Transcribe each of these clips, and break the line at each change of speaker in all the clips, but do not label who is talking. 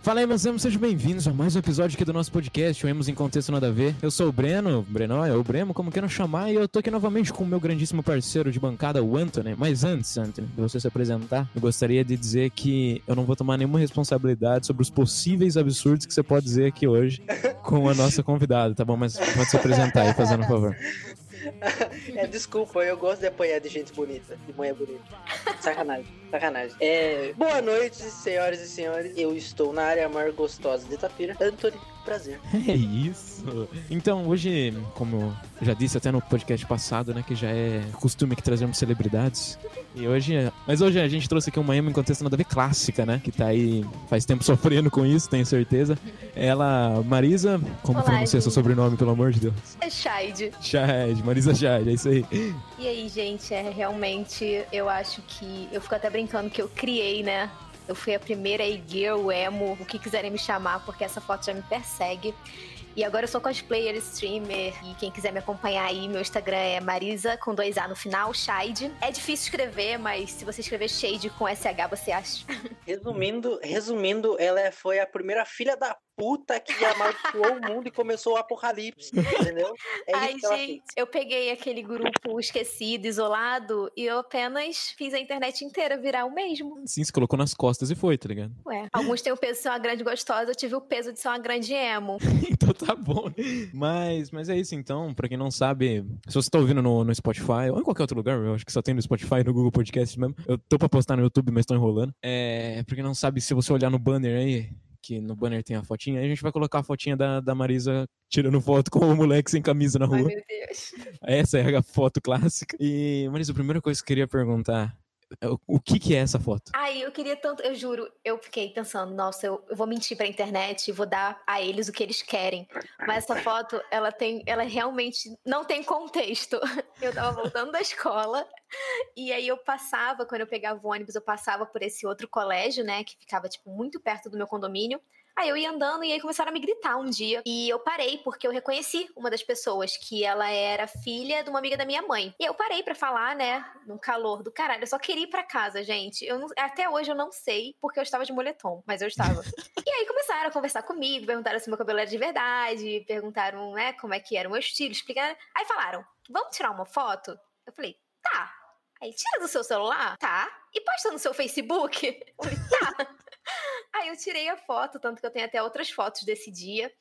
Fala aí, meus amigos, sejam bem-vindos a mais um episódio aqui do nosso podcast, o Emos em Contexto Nada a Ver. Eu sou o Breno, Brenóia, ou Bremo, como queiram chamar, e eu tô aqui novamente com o meu grandíssimo parceiro de bancada, o Anthony. Mas antes, Anthony, de você se apresentar, eu gostaria de dizer que eu não vou tomar nenhuma responsabilidade sobre os possíveis absurdos que você pode dizer aqui hoje com a nossa convidada, tá bom? Mas pode se apresentar aí, fazendo um favor.
É, desculpa, eu gosto de apanhar de gente bonita, de mulher bonita. Sacanagem, sacanagem. É, boa noite, senhoras e senhores. Eu estou na área mais gostosa de Itapira. Antônio, prazer.
É isso. Então, hoje, como eu já disse até no podcast passado, né, que já é costume que trazemos celebridades. E hoje, é- mas hoje a gente trouxe aqui uma Emma em contexto nada a ver clássica, né, que tá aí faz tempo sofrendo com isso, tenho certeza. Ela, Marisa, como
Olá,
pronuncia seu
gente.
sobrenome, pelo amor de Deus?
É Shade.
Jade, Marisa Jade, é isso aí.
E aí, gente, é realmente, eu acho que. Eu fico até brincando que eu criei, né? Eu fui a primeira e-girl, emo, o que quiserem me chamar, porque essa foto já me persegue. E agora eu sou cosplayer, streamer, e quem quiser me acompanhar aí, meu Instagram é Marisa, com dois A no final, Shade. É difícil escrever, mas se você escrever Shade com SH, você acha.
Resumindo, resumindo, ela foi a primeira filha da puta que amaldiçoou o mundo e começou o apocalipse, entendeu? É
Ai,
que ela fez.
gente, eu peguei aquele grupo esquecido, isolado, e eu apenas fiz a internet inteira virar o mesmo.
Sim, se colocou nas costas e foi, tá ligado?
Ué, alguns têm o peso de ser uma grande gostosa, eu tive o peso de ser uma grande emo.
Então tá bom. Mas, mas é isso então, pra quem não sabe, se você tá ouvindo no, no Spotify ou em qualquer outro lugar, eu acho que só tem no Spotify e no Google Podcast mesmo. Eu tô pra postar no YouTube, mas tô enrolando. É, pra quem não sabe, se você olhar no banner aí, que no banner tem a fotinha, aí a gente vai colocar a fotinha da, da Marisa tirando foto com o moleque sem camisa na
Ai,
rua.
meu Deus.
Essa é a foto clássica. E, Marisa, a primeira coisa que eu queria perguntar é o, o que que é essa foto?
Ai, eu queria tanto, eu juro, eu fiquei pensando, nossa, eu, eu vou mentir pra internet e vou dar a eles o que eles querem. Mas essa foto, ela tem, ela realmente não tem contexto. Eu tava voltando da escola e aí eu passava, quando eu pegava o ônibus, eu passava por esse outro colégio, né, que ficava tipo muito perto do meu condomínio. Aí eu ia andando e aí começaram a me gritar um dia. E eu parei porque eu reconheci uma das pessoas, que ela era filha de uma amiga da minha mãe. E eu parei pra falar, né? No calor do caralho. Eu só queria ir pra casa, gente. Eu não- até hoje eu não sei porque eu estava de moletom, mas eu estava. e aí começaram a conversar comigo, perguntaram se meu cabelo era de verdade, perguntaram, né, como é que era o meu estilo, explicaram. Aí falaram: vamos tirar uma foto? Eu falei, tá. Aí tira do seu celular, tá. E posta no seu Facebook. Eu falei, tá. Aí eu tirei a foto, tanto que eu tenho até outras fotos desse dia.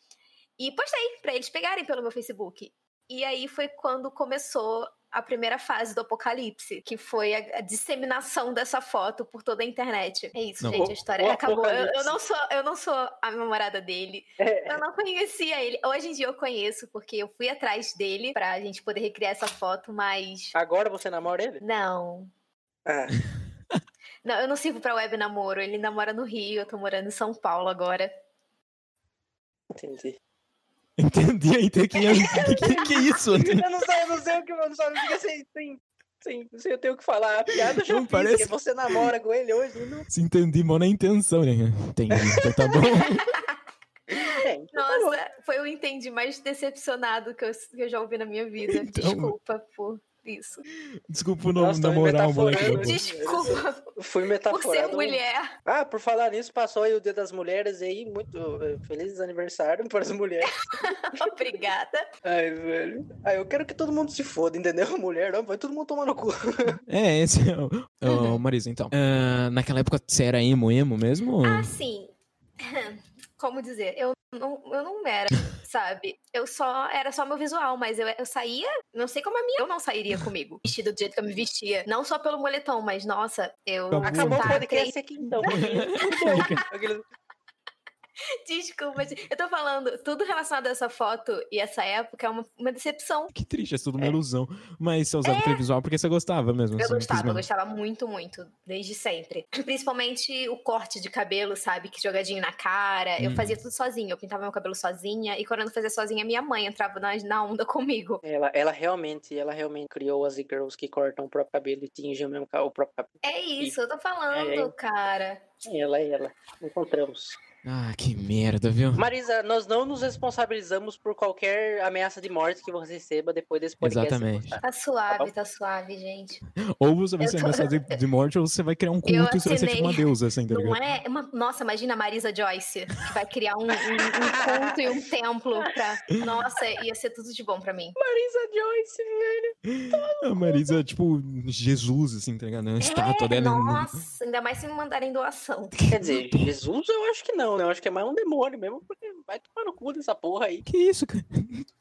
E postei pra eles pegarem pelo meu Facebook. E aí foi quando começou a primeira fase do apocalipse, que foi a, a disseminação dessa foto por toda a internet. É isso,
Não,
gente,
o-
a história
o
acabou. Eu- eu,
apocalipse.
não sou, eu não sou a namorada dele.
É.
Eu não conhecia ele. Hoje em dia eu conheço, porque eu fui atrás dele pra gente poder recriar essa foto, mas
Agora você namora ele?
não.
Ah,
Não, eu não sirvo pra web namoro. Ele namora no Rio, eu tô morando em São Paulo agora.
entendi.
Entendi, entendi. Que, que, que, que é isso?
Eu não sei, eu não sei o que eu não sei, não fica sem, sem, sem, sem eu ter o que falar. A piada eu já
Não
fiz,
parece-
que você namora com ele hoje, não
Se entendi, mal na intenção, né? Entendi, então tá bom.
tem.
Nossa, foi o entendi mais decepcionado que eu, que eu já ouvi na minha vida.
Então-
Desculpa por isso.
Desculpa o nome,
Nossa,
tá
na
tô me
moral, moleque. da
metaforando.
né?
boa.
Desculpa
Fui
por ser
metaforado.
mulher.
Ah, por falar nisso, passou aí o Dia das Mulheres aí, muito eh, feliz aniversário para as mulheres.
Obrigada.
Ai, velho. Ah, eu quero que todo mundo se foda, entendeu? Mulher, não, vai todo mundo tomar no cu.
É, esse é o. Ô,
Uhum.
Marisa, então. Ah, naquela época você era emo, emo mesmo?
Assim, como dizer, eu não, eu não era, sabe? Eu só era só meu visual, mas eu, eu saía, não sei como a minha eu não sairia comigo, vestida do jeito que eu me vestia. Não só pelo moletom, mas nossa, eu
Acabou.
Acabou o
tá, três
podcast aqui então. Aquele-
Desculpa, gente. eu tô falando, tudo relacionado a essa foto e essa época é uma, uma decepção.
que triste, é tudo uma ilusão. Mas você usava aquele visual porque você gostava mesmo.
É. Eu
assim,
gostava, eu
simplesmente.
gostava muito, muito, desde sempre. Principalmente o corte de cabelo, sabe? Que jogadinho na cara. Eu
Hum.
fazia tudo sozinha, eu pintava meu cabelo sozinha. E quando eu não fazia sozinha, minha mãe entrava na, na onda comigo.
Ela, ela realmente, ela realmente criou as girls que cortam o próprio cabelo e tingem o mesmo ca- o próprio cabelo.
É isso, eu tô falando,
É, é.
cara.
Ela é ela. Encontramos.
Ah, que merda, viu?
Marisa, nós não nos responsabilizamos por qualquer ameaça de morte que você receba depois desse podcast.
Exatamente.
Tá
Tá
suave,
bom.
tá suave, gente.
Ou você vai
Eu
ser
tô-
ameaçado de- de morte, ou você vai criar um culto
Eu
e você vai ser tipo uma
assinei.
deusa, assim, tá
Não
ligado?
é uma... Nossa, imagina a Marisa Joyce, que vai criar um, um- um culto e um templo pra. Nossa, ia ser tudo de bom pra mim.
Marisa Joyce.
A Marisa é tipo Jesus, assim, tá ligado? É Uma estátua
É,
dela.
Nossa, ainda mais se me mandarem doação.
Quer dizer, Jesus eu acho que não, né? Eu acho que é mais um demônio mesmo, porque vai tomar no cu dessa porra aí.
Que isso, cara?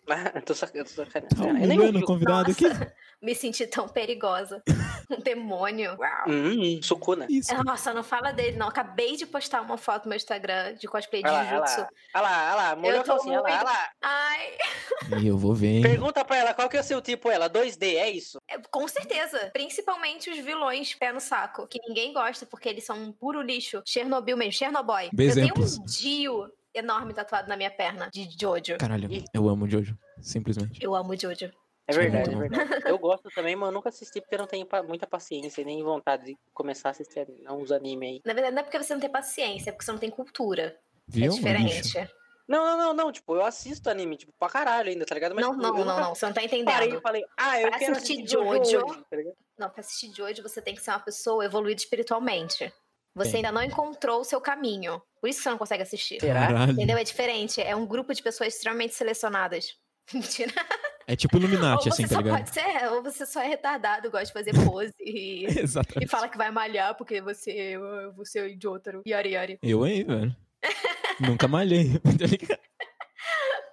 Ah, tô sac- eu tô sacanagem.
Tá
Eu nem
humilhando o
ouvi-
convidado aqui?
Nossa, me senti tão perigosa. Um demônio. Uau.
Hum, sucuna.
Isso.
Ah, Nossa, não fala dele, não. Acabei de postar uma foto no meu Instagram de cosplay de
Olha lá, olha
Jujutsu.
lá. Olha lá, olha lá. Molhou a
tô
calcinha, olha lá,
muito-
olha lá.
Ai,
E eu vou ver, hein?
Pergunta pra ela qual que é o seu tipo, ela. 2D, é isso?
é, com certeza. Principalmente os vilões pé no saco, que ninguém gosta porque eles são um puro lixo. Chernobyl mesmo, Chernobyl.
Dê
Eu
exemplos.
tenho um Dio enorme tatuado na minha perna, de Jojo.
Caralho, eu amo o Jojo. Simplesmente.
Eu amo Jojo.
É
Sim,
verdade, é
muito
verdade. Eu gosto também, mas eu nunca assisti porque eu não tenho pa- muita paciência e nem vontade de começar a assistir a- a uns anime aí.
Na verdade, não é porque você não tem paciência, é porque você não tem cultura.
Viu?
é diferente.
bicho?
Não, não, não, não. Tipo, eu assisto anime, tipo, pra caralho ainda, tá ligado? Mas,
não,
tipo,
não,
eu
não,
nunca
não. Você não tá
Parei e
entendendo.
falei, ah, eu
Pra
quero
assistir
assistir Jojo,
Jojo.
hoje, tá ligado?
Não, pra assistir Jojo, você tem que ser uma pessoa evoluída espiritualmente. Você
Tem.
ainda não encontrou o seu caminho. Por isso que você não consegue assistir.
Será?
Caralho.
Entendeu? É diferente. É um grupo de pessoas extremamente selecionadas. Mentira.
É tipo
Ou
Illuminati,
você
assim, tá
só
ligado?
pode ser, ou você só é retardado, gosta de fazer pose e, e
Exatamente.
fala que vai malhar porque você, você é um idiota. Yari, yari.
Eu aí, velho. Nunca malhei. tá ligado?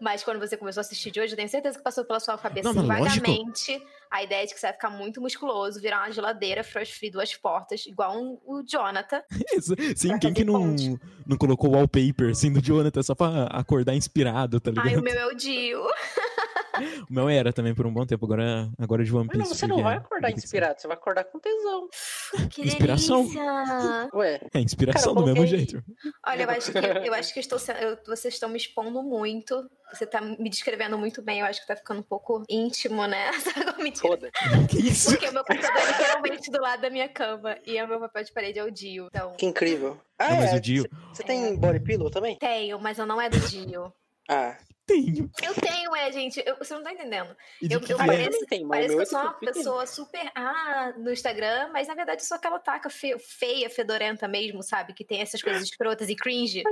Mas quando você começou a assistir de hoje, eu tenho certeza que passou pela sua cabeça
Não, mas lógico.
vagamente a ideia de que você vai ficar muito musculoso, virar uma geladeira, frosfri, duas portas, igual um- o Jonathan.
Isso. Sim,
Pra
quem que
fazer
não,
ponte.
não colocou wallpaper assim do Jonathan só pra acordar inspirado, tá
Ai,
ligado?
o meu é o Dio.
o meu era também por um bom tempo, agora, agora é de One
Mas
Piece.
não, você não
porque
vai
é-
acordar
tem que ser.
inspirado, você vai acordar com tesão.
Que
Inspiração.
delícia!
Ué,
É inspiração
Cara,
do
eu
mesmo
coloquei-
jeito.
Olha, eu acho que, eu acho que estou sendo- eu- vocês estão me expondo muito. Você tá me descrevendo muito bem. Eu acho que tá ficando um pouco íntimo, né? Mentira.
foda.
Que isso?
Porque o meu computador é literalmente do lado da minha cama. E o meu papel de parede é o Dio. Então,
Que incrível. Ah,
não, mas
é,
o Dio.
você- Você tem body pillow também?
tenho, mas eu não é do Dio.
Ah.
Tenho.
Eu tenho, é, gente. Eu- você não tá entendendo.
E de
Eu-
que
eu
que
Ah,
é?
parei-
eu
Parece-
nem tenho, mas o
Parece que
meu
eu
é
sou uma
super pequeno.
pessoa super ah no Instagram, mas na verdade eu sou aquela taca fe- feia, fedorenta mesmo, sabe? Que tem essas coisas escrotas e cringe.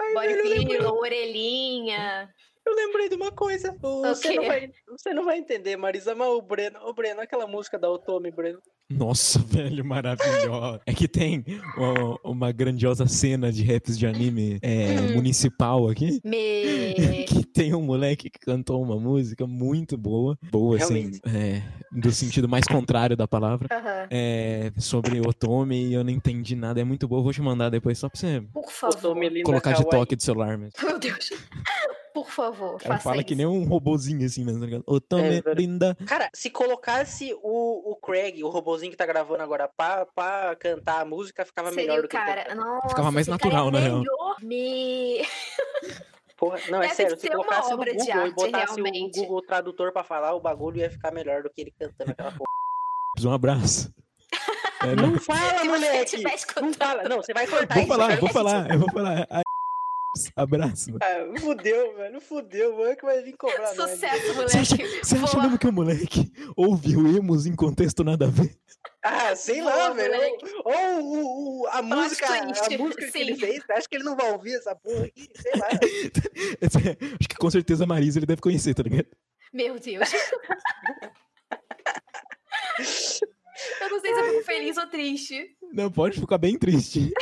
Ai,
Body
velho, eu lembrei-
pillow, orelhinha.
Eu lembrei de uma coisa. O- Você, não
quê?
vai, você não vai entender, Marisa, mas o Breno, o Breno, aquela música da Otome, Breno.
Nossa, velho, maravilhosa. É que tem ó, uma grandiosa cena de raps de anime é,
Hum.
municipal aqui.
Me.
que tem um moleque que cantou uma música muito boa, boa assim, é, do sentido mais contrário da palavra,
Aham.
é, sobre Otome e eu não entendi nada, é muito boa, eu vou te mandar depois só pra você
Por favor.
Otome linda,
colocar de
kawaii.
toque do celular mesmo.
Meu Deus. Por favor,
O cara
faça
fala
isso.
que nem um robozinho assim mesmo, tá ligado? Otome,
É, velho.
linda.
Cara, se colocasse o, o Craig, o robozinho que tá gravando agora, pra, pra cantar a música, ficava
Seria
melhor do
o
que ele
cara.
canta.
Nossa,
Ficava mais
esse cara
natural, né?
é
na real.
melhor. Me.
Porra, não, é
Deve
sério, se
ser uma
colocasse no
obra de
Google e
arte,
botasse o
realmente.
Google Tradutor pra falar, o bagulho ia ficar melhor do que ele cantando aquela porra.
Um abraço. É, não,
Não fala,
Se você
moleque!
estiver escutando.
Não fala, não, você vai cortar
vou
isso. eu
falar,
quero
vou
que você-
falar, eu vou falar. Ai, Abraço.
Ah, fudeu, velho, fudeu, mano, que vai vir cobrar nós.
Sucesso,
Você acha,
moleque.
você acha
Boa.
mesmo que o moleque ouviu emos em contexto nada a ver?
Ah, sei lá,
Boa,
velho.
moleque.
Ou, ou- ou a música, a
twist,
música que ele
sim.
fez, acho que ele não vai ouvir essa porra aqui, sei lá.
é, Acho que com certeza a Marisa ele deve conhecer, tá ligado?
Meu Deus. Eu não sei se eu fico feliz ou triste.
Não, pode ficar bem triste.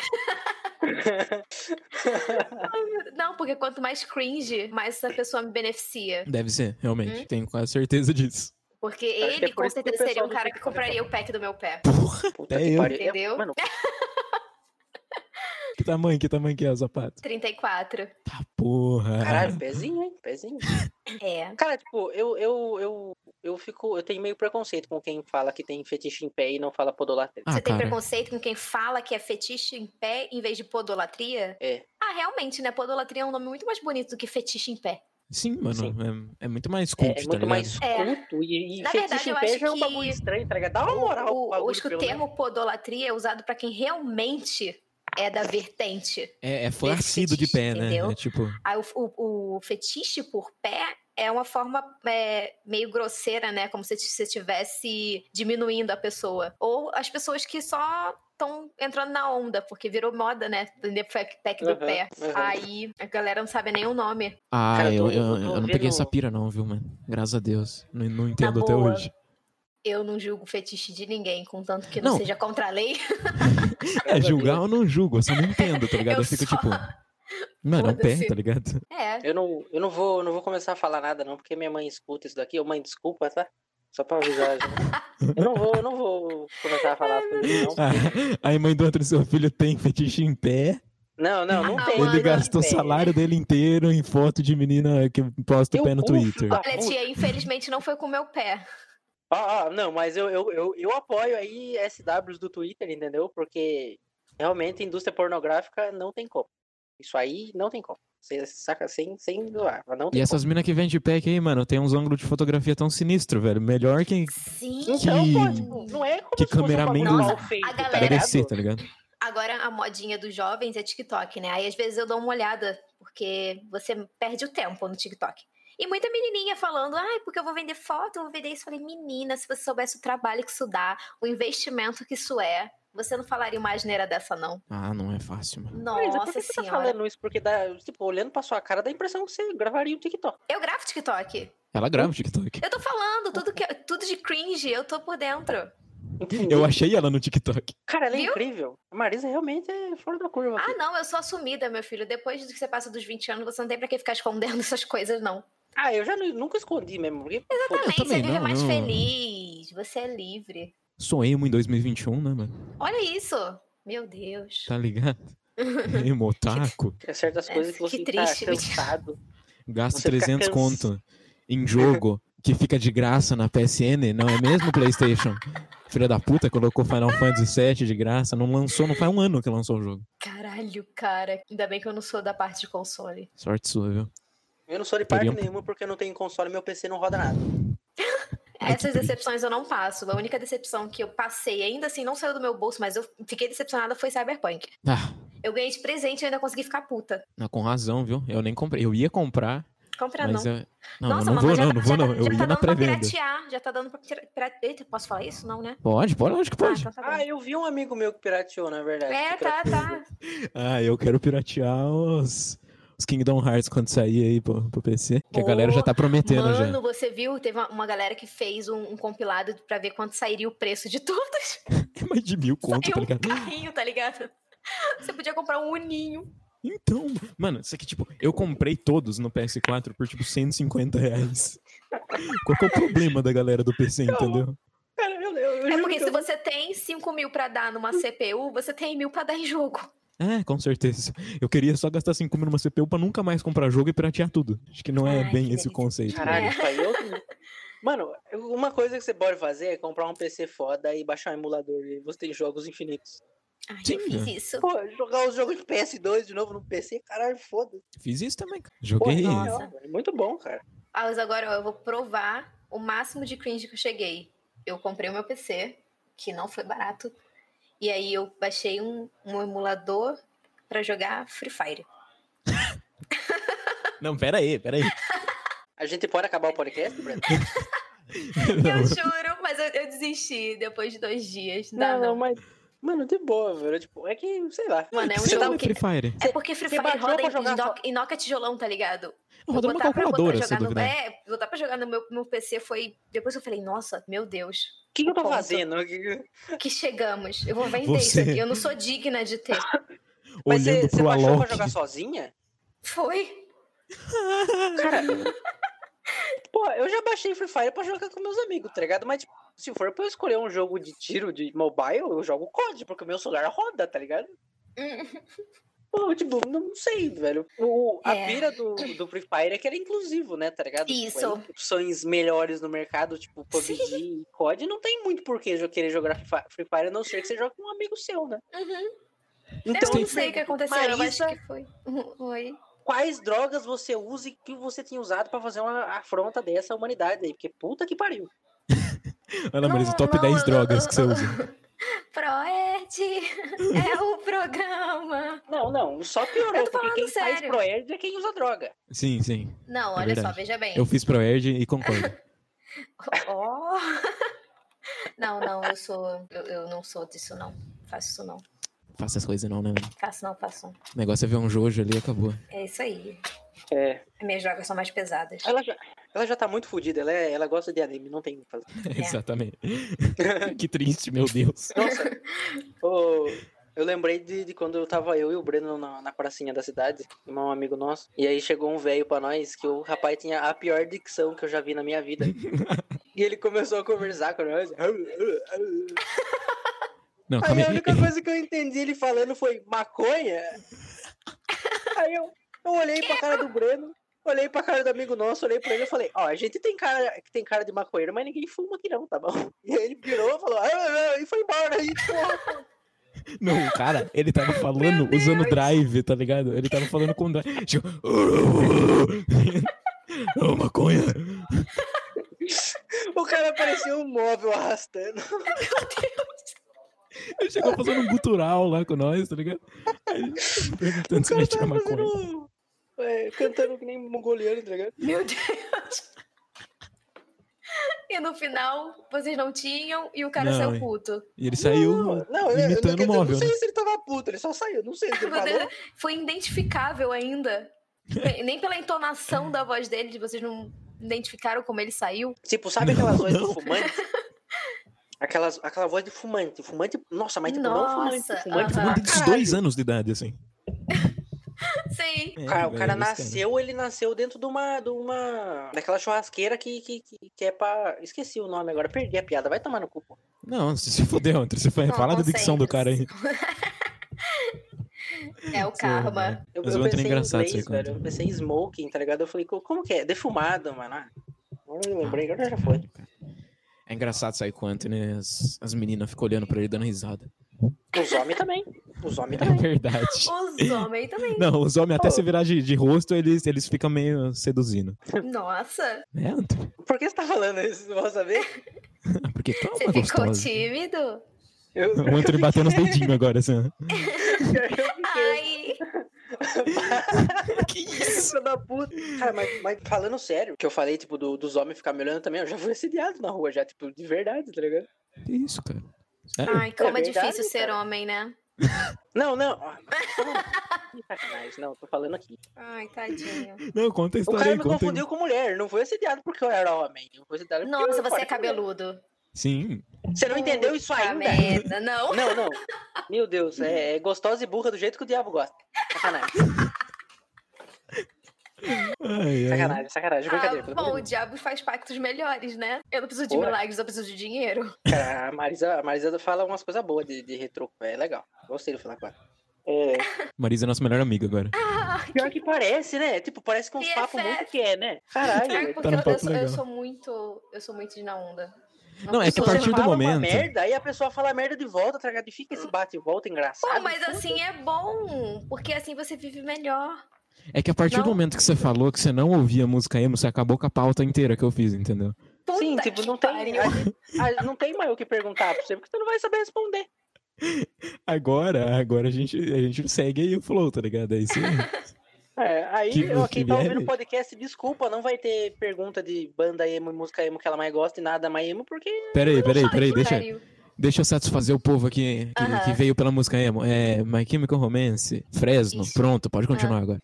Não, porque quanto mais cringe, mais essa pessoa me beneficia.
Deve ser, realmente. Tenho quase certeza disso.
Porque
Acho que é
ele,
por
com
isso que o
certeza, seria
pessoal
um
não
cara
fica
que compraria o pack do meu pé.
Puta
Até
que
eu.
pariu. É,
Entendeu?
Mano,
Que tamanho, que tamanho que é o sapato?
34.
Tá porra.
caralho, pezinho, hein? Pezinho.
É.
Cara, tipo, eu, eu, eu, eu fico. Eu tenho meio preconceito com quem fala que tem fetiche em pé e não fala podolatria.
Ah,
Você tem
cara.
preconceito com quem fala que é fetiche em pé em vez de podolatria?
É.
Ah, realmente, né? Podolatria é um nome muito mais bonito do que fetiche em pé.
Sim, mano. É, é muito mais
É,
cult,
é
tá
muito
ligado?
mais
É.
culto e, e
Na
fetiche
verdade,
em
eu
pé
acho
já é um
que
bagulho estranho, tá ligado? Dá uma moral pro
O, o,
bagulho,
acho que o
pelo menos.
termo podolatria é usado pra quem realmente é da vertente.
É, é fã assíduo de pé, né?
Entendeu?
É tipo,
Aí o, o- o fetiche por pé é uma forma é, meio grosseira, né? Como se você estivesse diminuindo a pessoa. Ou as pessoas que só estão entrando na onda, porque virou moda, né? Entender pack, pack do
Aham,
pé.
aham.
Aí a galera não sabe nem o nome.
ah,
Cara,
eu,
eu tô- eu
eu-
tô
eu não peguei
vendo-
essa pira não, viu, mano? Graças a Deus. Não, não entendo até
boa.
hoje.
Eu não julgo fetiche de ninguém, contanto que não,
Não.
seja contra a lei.
É, julgar eu não julgo, eu só não entendo, tá ligado? Eu,
Eu
fico
só-
tipo. Mano, é um pé,
Foda-se.
tá ligado?
É,
Eu não, eu não vou, eu não vou começar a falar nada não, porque minha mãe escuta isso daqui. Ô mãe, desculpa, tá? Só pra avisar. gente. Eu não vou, eu não vou começar a falar sobre isso não.
A, a irmã do outro seu filho tem fetiche em pé.
Não, não, não
Ah,
tem.
mano.
Ele
não
gastou o
tem.
salário dele inteiro em foto de menina que posta
Eu
o pé no
curto,
Twitter.
tá?
Olha, tia, infelizmente não foi com o meu pé.
Ah, ah, não, mas eu, eu, eu, eu apoio aí SWs do Twitter, entendeu? Porque realmente indústria pornográfica não tem como. Isso aí não tem como. Você saca sem, sem doar. Não
E
tem
essas minas que vende pack aí, mano, tem uns ângulos de fotografia tão sinistro, velho. Melhor que,
Sim.
como. Então,
que-
pô, tipo, não é como
que
se fosse um
cameraman
bagulho
do-
mal feito,
a
tá
galera-
Agradecer,
ligado?
tá ligado?
Agora a modinha dos jovens é TikTok, né? Aí às vezes eu dou uma olhada, porque você perde o tempo no TikTok. E muita menininha falando, ai, porque eu vou vender foto, eu vou vender isso. Eu falei, menina, se você soubesse o trabalho que isso dá, o investimento que isso é, você não falaria uma asneira dessa, não.
Ah, não é fácil, mano.
Mas por
Nossa
que você tá
senhora.
falando isso? Porque dá, tipo, olhando pra sua cara, dá a impressão que você gravaria um TikTok.
eu gravo TikTok.
Ela grava o TikTok.
Eu tô falando, tudo, que, tudo de cringe, eu tô por dentro.
Eu achei ela no TikTok.
Cara, ela é
Viu?
incrível. A Marisa realmente é fora da curva.
Ah,
filho.
não, eu sou assumida, meu filho. Depois que você passa dos 20 anos, você não tem pra que ficar escondendo essas coisas, não.
Ah, eu já nu- nunca escondi mesmo. Porque, pô,
Eu
Também, você
também
vive
não,
mais
eu-
feliz, você é livre.
Sou emo em 2021, né, mano?
Olha isso! Meu Deus.
Tá ligado? Emo, otaku.
tem certas
É,
coisas que você
que
tá
triste, me-
cansado.
Gasto
Você fica
300
cansa-
conto em jogo que fica de graça na PSN, não é mesmo, PlayStation? Filha da puta, colocou Final Fantasy VII de graça, não lançou, não faz um ano que lançou o jogo.
Caralho, cara. Ainda bem que eu não sou da parte de console.
Sorte sua, viu?
Eu não sou de parte
Teria um-
nenhuma porque eu não tenho console e meu PC não roda nada.
Ai, que
Essas
triste.
decepções eu não passo. A única decepção que eu passei, ainda assim, não saiu do meu bolso, mas eu fiquei decepcionada foi Cyberpunk.
Ah,
Eu ganhei de presente e ainda consegui ficar puta.
não, com razão, viu? Eu nem comprei. Eu ia comprar,
Compra
mas
Ah, não.
eu. Não,
Nossa,
eu não
mamãe,
vou,
já,
não,
tá-
não
já
vou,
tá-
não. Eu
já
ia
tá
na
dando pra
pré-venda.
piratear. Já tá dando pra pira- pira- Eita, posso falar isso? Não, né?
Pode, pode, lógico que
Ah,
pode.
então tá bom.
Ah, eu vi um amigo meu que pirateou, na verdade.
é,
que
tá,
pirateou o
tá.
jogo.
Ah, eu quero piratear os, os Kingdom Hearts quando sair aí pro, pro PC. Que a galera já tá prometendo
Mano,
já.
você viu? Teve uma, uma galera que fez um, um compilado pra ver quanto sairia o preço de tudo.
É mais de mil conto,
Saiu
tá
um
ligado?
carrinho, tá ligado? Você podia comprar um uninho.
Então, mano, isso aqui, tipo, eu comprei todos no PS4 por, tipo, 150 reais. Qual que é o problema da galera do PC,
Então,
entendeu?
Cara, eu, eu, eu
É
juro
porque
que
se
eu-
você tem 5 mil pra dar numa CPU, você tem mil pra dar em jogo.
É, com certeza. Eu queria só gastar 5 mil numa CPU pra nunca mais comprar jogo e piratear tudo. Acho que não é
Ai, que
bem esse
delícia.
o conceito. né?
Caralho, isso aí eu... Mano, uma coisa que você pode fazer é comprar um PC foda e baixar um emulador e você tem jogos infinitos.
Ai,
Sim,
eu fiz
né?
isso.
Pô, jogar os jogos de PS2 de novo no PC, caralho, foda-se.
É, Fiz isso também, cara.
Pô,
Joguei.
não,
Nossa.
é muito bom, cara.
Ah, mas agora ó, eu vou provar o máximo de cringe que eu cheguei. Eu comprei o meu PC, que não foi barato. E aí eu baixei um, um emulador pra jogar Free Fire.
Não, pera aí, pera aí.
A gente pode acabar o podcast, Breno?
Eu é juro, mas eu, eu desisti depois de dois dias. Dá, não.
mas. Mano, de boa, velho. Tipo, é que, sei lá.
Mano, é um
Você
jogo
dá
que-
Free Fire.
É porque Free
Você
Fire
baixou
roda
pra
em,
jogar
em doc- em noca tijolão, tá ligado?
Roda numa
Botar pra- botar
calculadora,
jogar
se
no-
duvidar.
É, botar pra jogar no meu, meu PC foi... Depois eu falei, nossa, meu Deus,
O que, que eu tô
Ponto.
fazendo? O que que-
que chegamos. Eu vou vender
Você-
isso aqui, eu não sou digna de ter.
Mas
Olhando
você, você
pro
baixou pra
Alok.
jogar sozinha?
Foi.
Cara. Pô, eu já baixei Free Fire pra jogar com meus amigos, tá ligado? Mas, tipo, se for pra eu escolher um jogo de tiro de mobile, eu jogo COD, porque o meu celular roda, tá ligado?
Hum,
Pô, tipo, não sei, velho. O, a
É.
pira do, do Free Fire é que era inclusivo, né, tá ligado? Tipo,
Isso.
aí, opções melhores no mercado, tipo PUBG e COD, não tem muito por que jo- querer jogar Free Fi- Free Fire, a não ser que você jogue com um amigo seu, né?
uhum.
Então,
eu não sei o que aconteceu,
Marisa,
eu acho que foi. Oi.
quais drogas você usa e que você tinha usado pra fazer uma afronta dessa à humanidade aí? Porque puta que pariu.
Ana Marisa,
Não,
top
não,
10
eu-
drogas
eu-
que você usa.
Proerd é o programa.
Não, não, só piorou,
Eu tô
porque
falando
quem faz
sério.
proerd é quem usa droga.
Sim, sim.
Não,
É
olha só,
verdade.
veja bem.
Eu fiz Proerd e concordo.
Ó. Não, não, eu sou. Eu, eu não sou disso, não. Faço isso não.
Faça as coisas não, né? mano?
Faço não, faço não.
O negócio é ver um Jojo ali e acabou.
É isso aí.
É.
Minhas drogas são mais pesadas.
Ela já, ela já tá muito fodida, ela, é- ela gosta de anime, não tem o que fazer.
É.
Exatamente. que triste, meu Deus.
Nossa, ô, eu lembrei de, de quando eu tava eu e o Breno na, na pracinha da cidade, um amigo nosso, e aí chegou um velho pra nós que o rapaz tinha a pior dicção que eu já vi na minha vida. E ele começou a conversar com nós. Aí
Não, calma
a
aí.
única coisa que eu entendi ele falando foi maconha. Aí eu, eu olhei pra cara do Breno, olhei pra cara do amigo nosso, olhei pra ele e falei, ó, a gente tem cara, tem cara de maconheiro, mas ninguém fuma aqui não, tá bom? E aí ele virou, falou, "Ah, ah, ah", e foi embora. Aí, porra.
Não, cara, ele tava falando
Deus.
usando drive, tá ligado? Ele tava falando com drive. Tipo. Ô, maconha!
O cara parecia um móvel arrastando.
Ele chegou fazendo um gutural lá com nós, tá ligado? Aí, Perguntando se a
O cara
gente tinha
tava
maconha.
fazendo. é, cantando que nem mongoliano, tá ligado?
Meu Deus. E no final, vocês não tinham e o cara
Não,
saiu
hein.
puto.
E ele saiu
não, eu- eu-
imitando
eu
o móvel.
Não
né?
sei se ele tava puto, ele só saiu. Não sei se ele
Meu
falou.
Deus, Foi identificável ainda. Nem- Nem pela entonação da voz dele, de vocês não identificaram como ele saiu.
Tipo, sabe aquelas vozes do fumante? Aquelas, aquela voz de fumante. Fumante, nossa, mas tipo, não fumante.
Nossa,
Fumante,
aham.
fumante
Tem uns
Ah, caralho.
um dois anos de idade, assim.
Sim.
É,
O cara, o
velho,
cara
esse
nasceu, ele nasceu dentro de uma, de uma. daquela churrasqueira que, que, que, que é pra. Esqueci o nome agora, perdi a piada, vai tomar no cu. pô.
Não, você se fodeu, André. Você foi...
Não,
É, fala da dicção do cara aí.
concentra-se. É o
né.
karma.
Eu,
Mas
eu
o Antônio é
pensei em
engraçado
inglês,
isso aí,
velho.
quando-
Eu pensei em smoking, tá ligado? Eu falei, co- como que é? Defumado, mano. Ah, Agora eu lembrei, agora já foi.
É engraçado sair com o Anthony, as, as meninas ficam olhando pra ele dando risada.
Os homens também. Os homens
É
também.
verdade.
Os homens também.
Não, os homens até
Pô.
se virar de, de rosto, eles, eles ficam meio seduzindo.
Nossa,
Né, Anthony?
Por que você tá falando isso? Não vou saber.
Porque toma
você ficou
gostosa.
tímido?
Eu,
O Anthony bateu nos dedinhos agora, assim. ó.
Ai,
que isso?
Filho da puta. Cara, mas, mas falando sério, que eu falei, tipo, do- dos homens ficar me olhando também, eu já fui assediado na rua, já, tipo, de verdade, tá ligado?
Que isso, cara? Sério?
ai como é,
verdade,
difícil ser
cara.
homem, né?
Não, não. Ah, que sacanagem, não, tô falando aqui.
Ai, tadinho.
Não, conta a
O
história
cara
aí,
me
conta aí.
confundiu com mulher, não foi assediado porque eu era homem. Eu fui assediado porque
Nossa,
eu
você é
era
cabeludo.
Sim.
mulher. Você não entendeu isso
Puta
ainda?
merda, não.
Não, não. Meu Deus, é, é gostosa e burra do jeito que o diabo gosta. Sacanagem,
Ai, ai.
sacanagem, sacanagem. Brincadeira,
Ah,
tudo
bom, o
bem.
diabo faz pactos melhores, né? Eu não preciso de
Ora.
milagres, eu preciso de dinheiro.
Cara, a Marisa, a Marisa fala umas coisas boas de, de retrô. É legal. Gostei do final agora. É,
Marisa é nossa melhor amiga agora.
Ah,
pior que parece, né? Tipo, parece com uns
BFF.
papos muito que é, né? Caralho.
Ai,
velho.
porque
num
eu- eu,
papo
sou, eu
legal.
sou muito. Eu sou muito de na onda.
Não, é que
sou-
a partir
Você
do
fala uma
momento-
merda, aí a pessoa fala merda de volta, tá ligado? E fica esse bate e volta engraçado.
Pô, mas assim é bom, porque assim você vive melhor.
É que a partir do
Não.
momento que você falou que você não ouvia música emo, você acabou com a pauta inteira que eu fiz, entendeu?
Puta
Sim, tipo,
que
não tem,
pariu.
a- a- não tem mais o que perguntar pra você, porque você não vai saber responder.
Agora, agora a gente, a gente segue aí o flow, tá ligado? É isso aí.
É, aí,
Que
ó, quem tá
vier,
ouvindo o
bicho.
podcast, desculpa, não vai ter pergunta de banda emo e música emo que ela mais gosta e nada mais emo, porque
Peraí, peraí,
Puta
peraí,
que
deixa,
pariu.
deixa eu satisfazer o povo aqui que,
Aham.
que veio pela música emo. É, My Chemical Romance, Fresno,
Isso. Ah.
pronto, pode continuar agora.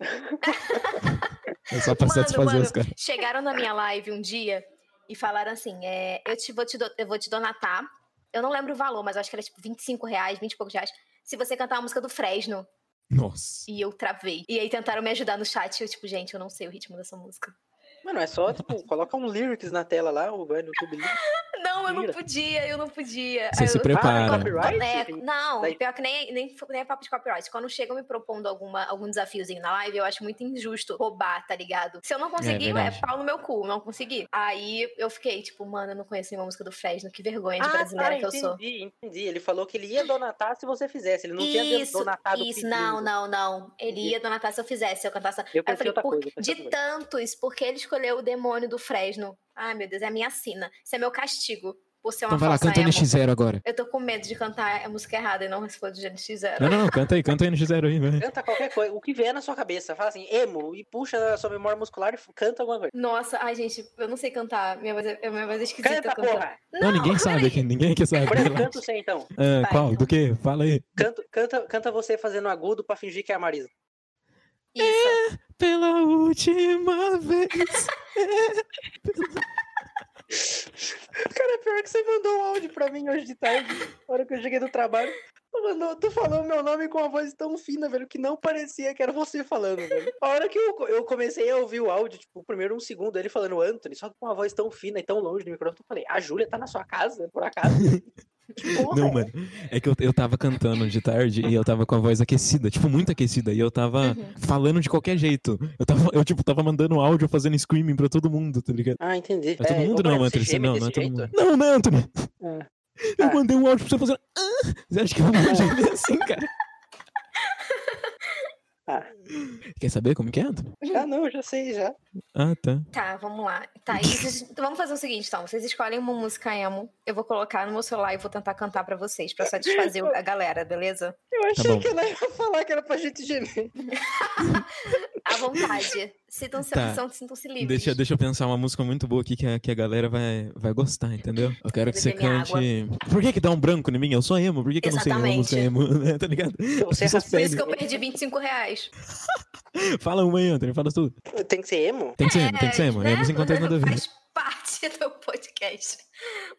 É só pra
Mano,
satisfazer
mano,
os caras.
Chegaram na minha live um dia e falaram assim: é, eu, te, vou te do- eu vou te donatar. Eu não lembro o valor, mas eu acho que era tipo 25 reais, 20 e poucos reais. Se você cantar a música do Fresno.
Nossa.
E eu travei. E aí tentaram me ajudar no chat. E eu, tipo, gente, eu não sei o ritmo dessa música.
Mano, é só, tipo, coloca um lyrics na tela lá, ou vai no YouTube. Lyrics.
Não, eu não
Mentira.
podia, eu não podia.
Você
Aí
se
eu-
prepara.
Ah, copyright?
É, não,
Daí-
pior que nem, nem, nem é papo de copyright. Quando chegam me propondo alguma, algum desafiozinho na live, eu acho muito injusto roubar, tá ligado? Se eu não conseguir, é,
verdade.
pau no meu cu, não consegui. Aí eu fiquei, tipo, mano, eu não conheço nenhuma música do Fresno, que vergonha de
Ah,
brasileira
tá,
que eu
entendi,
sou.
entendi. Ele falou que ele ia donatar se você fizesse. Ele não tinha
Isso,
donatado
isso,
pedindo.
não, não, não. Ele
Entendi.
ia donatar se eu fizesse, se eu cantasse.
Eu
Aí eu
pensei
falei,
outra
por-
coisa. eu pensei outra
de
coisa.
tantos, porque ele escolheu o demônio do Fresno. Ai, meu Deus, é a minha sina. Isso é meu castigo. por ser uma
Então vai lá,
falsa
canta
emo.
NX0 agora.
Eu tô com medo de cantar a música errada e não for de NX0.
Não, não, não, canta aí, canta aí NX0 aí, vai.
Canta qualquer coisa, o que vier na sua cabeça. Fala assim, emo, e puxa a sua memória muscular e f- canta alguma coisa.
Nossa, ai gente, eu não sei cantar. Minha voz é, minha voz é esquisita.
Canta,
cantando.
porra!
Não, ninguém sabe aqui, ninguém aqui sabe.
Por
Vai
exemplo,
lá.
canta você então.
Ah,
Vai,
qual?
então.
Do que? Fala aí.
Canta, canta, canta você fazendo agudo pra fingir que é a Marisa.
Isso.
Pela última vez.
Cara, pior que você mandou um áudio pra mim hoje de tarde, na hora que eu cheguei do trabalho. Tu, mandou, tu falou meu nome com uma voz tão fina, velho, que não parecia que era você falando, velho. A hora que eu, co- eu comecei a ouvir o áudio, tipo, primeiro um segundo, ele falando Anthony, só que com uma voz tão fina e tão longe do microfone, eu falei, a Júlia tá na sua casa, por acaso? Que porra
Não,
é
mano. É que eu, eu tava cantando de tarde e eu tava com a voz aquecida, tipo, muito aquecida. E eu tava
Uhum.
falando de qualquer jeito. Eu, tava, eu tipo, tava mandando áudio, fazendo screaming pra todo mundo, tá ligado?
Ah, entendi.
Pra todo
É,
mundo
ô,
não,
Breno,
Anthony. Você
geme
não, não é
desse
todo
jeito?
mundo. Não, não, Anthony.
Ah.
Eu
Ah.
mandei um áudio pra você fazendo. "Ah", Você acha que eu vou gemer assim, cara?
Ah.
Quer saber como que é, Anthony?
Ah, não, já sei, já.
Ah, tá.
Tá, vamos lá. Tá, e vocês- então vamos fazer o seguinte, então. Vocês escolhem uma música emo. Eu vou colocar no meu celular e vou tentar cantar pra vocês, pra satisfazer o- a galera, beleza?
Eu achei
Tá bom.
que ela ia falar que era pra gente gemer.
À vontade. Sintam-se
Tá.
são- sintam-se livres.
Deixa, deixa eu pensar uma música muito boa aqui que a, que a galera vai, vai gostar, entendeu? Eu quero que você
Beber minha
cante. Por que, que dá um branco em mim? Eu sou emo. Por que, que eu não sei uma música emo? tá ligado?
Você é
As pessoas
racista.
Por isso que eu perdi 25 reais.
Fala uma aí, Anthony. Fala tudo.
Tem que ser emo?
Tem que ser emo, tem que ser emo.
É,
né?
Emos
tipo,
enquanto nada a ver.
Faz parte do podcast.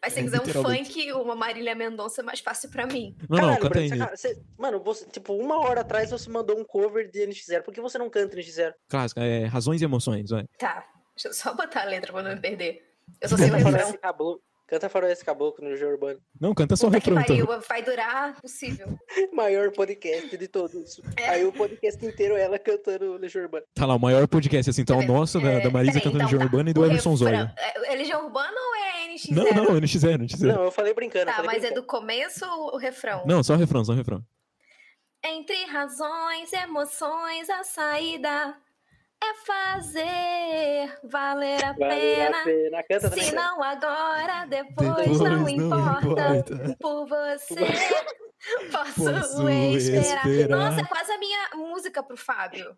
Mas se
É,
quiser um
literalmente.
funk, uma Marília Mendonça é mais fácil pra mim.
Não, não,
Caralho,
canta
Breno,
aí.
saca- cê- mano, você, tipo, uma hora atrás você mandou um cover de NX0. Por que você não canta NX0?
Clássica, é Razões e Emoções, vai.
Tá, deixa eu só botar a letra pra não me perder. Eu só sei o
Canta
refrão.
Faroeste Caboclo. Canta Faroeste Caboclo no Geo Urbano.
Não, canta só o
Puta que
refrão, então.
pariu, vai durar possível.
Maior podcast de todos.
É.
Aí o podcast inteiro é ela cantando no Geo Urbano.
Tá lá, o maior podcast, assim, então, o nosso, da, da Marisa
peraí,
cantando
então
de
tá.
Urbana e do
O
Emerson
refrão-
Zoya.
é- é Legião Urbana ou é NX0?
Não, não, NX0, NX0.
Não, eu falei brincando. eu
Tá,
falei
mas é
brincando.
do começo ou o refrão?
Não, só o refrão, só o refrão.
Entre razões, emoções, a saída é fazer valer a
Vale
pena.
a pena. Canta também. né?
Se
Breno.
não agora, depois, não, importa. Por você, posso,
Posso
esperar.
esperar.
Nossa, é quase a minha música pro Fábio.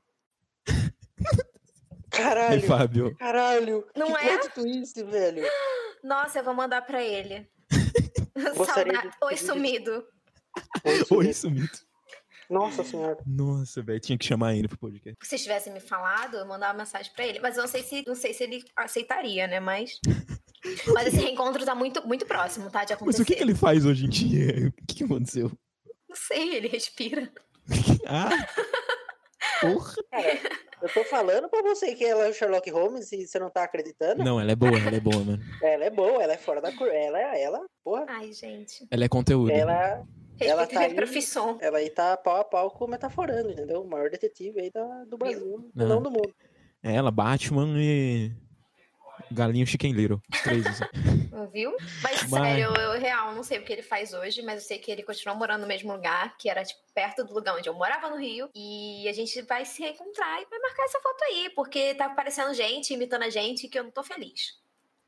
E
Caralho.
Fábio,
Caralho.
Não
que
é?
plot twist, velho.
Nossa, eu vou mandar pra ele.
Gostaria de
Saudade. Oi,
pedir-
sumido.
oi, sumido.
Nossa senhora.
Nossa, velho, tinha que chamar ele pro podcast.
Se vocês tivessem me falado, eu mandava uma mensagem pra ele. Mas eu não sei se, não sei se ele aceitaria, né? Mas. Mas esse reencontro tá muito, muito próximo, tá? De
Mas
acontecer.
o que, que ele faz hoje em dia? O que, que aconteceu?
Não sei, ele respira.
Ah! Porra!
Eu tô falando pra você que ela é o Sherlock Holmes e você não tá acreditando.
Não, ela é boa, ela é boa, mano.
Ela é boa, ela é fora da curva. Ela, ela, porra.
Ai, gente.
Ela é conteúdo.
Ela Ela
Respeita
tá
minha
aí.
profissão.
Ela aí tá pau a pau com o Metaforando, entendeu? O maior detetive aí da, do Brasil,
Não.
não. do mundo.
É ela, Batman e. Galinho Chicken Little. Os Três, assim.
Viu? Mas,
Mas-
sério, eu real não sei o que ele faz hoje, mas eu sei que ele continua morando no mesmo lugar, que era tipo, perto do lugar onde eu morava no Rio. E a gente vai se reencontrar e vai marcar essa foto aí, porque tá aparecendo gente, imitando a gente, que eu não tô feliz.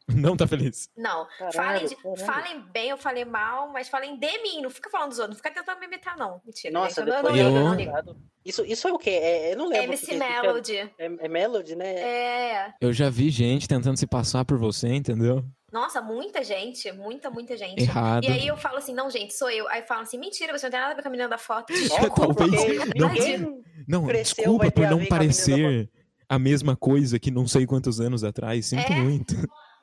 Não tá feliz.
Não.
Caralho,
falem, de-
caralho.
falem bem, eu falei mal, mas falem de mim, não fica falando dos outros, não fica tentando me imitar, não. Mentira.
Nossa,
gente, eu não,
depois
eu
eu-
não, eu não ligo.
Obrigado. Isso, isso é o quê? É, eu não lembro. o que
MC
que é isso.
Melody.
É, é Melody, né?
É.
Eu já vi gente tentando se passar por você, entendeu?
Nossa, muita gente, muita, muita gente.
Errado.
E aí eu falo assim, não, gente, sou eu. Aí falam assim, mentira, você não tem nada a ver com a menina da foto. Desculpa.
Talvez. Não-
Ninguém...
Não,
cresceu,
desculpa
vai ter
por
a
não
ver com a menina da
parecer a mesma coisa que não sei quantos anos atrás. Sinto
É.
muito.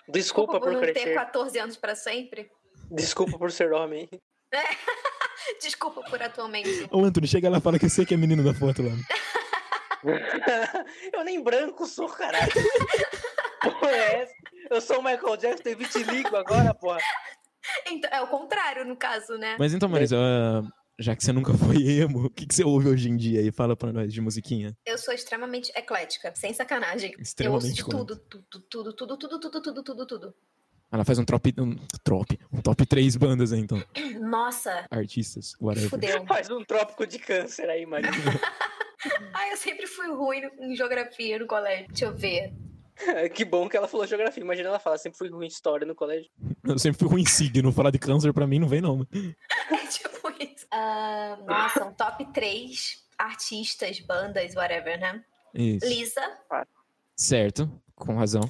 Desculpa
por
por
não ter
crescer.
14 anos pra sempre.
Desculpa por ser homem.
Desculpa por atualmente.
Ô, Antônio, chega lá e fala que eu sei que é menino da foto lá.
eu nem branco sou, caralho. porra, é essa? Eu sou o Michael Jackson, tem vitiligo agora, porra.
Então, é o contrário, no caso, né?
Mas então, Marisa, ah, já que você nunca foi emo, o que, que você ouve hoje em dia aí? Fala pra nós de musiquinha.
Eu sou extremamente eclética, sem sacanagem. Eu ouço
Extremamente
de tudo, tudo, tudo, tudo, tudo, tudo, tudo, tudo, tudo.
Ela faz um top. Um, top. Um top 3 bandas aí, então.
Nossa,
Artistas, whatever.
fudeu.
Faz um trópico de câncer aí, Maria.
Ai, eu sempre fui ruim em geografia no colégio. Deixa eu ver.
que bom que ela falou geografia. Imagina ela falar, sempre fui ruim em história no colégio.
Eu sempre fui ruim em signo. Falar de câncer pra mim não vem, não.
É tipo isso. Ah, nossa, um top 3 artistas, bandas, whatever, né?
Isso.
Lisa
Certo. Com razão.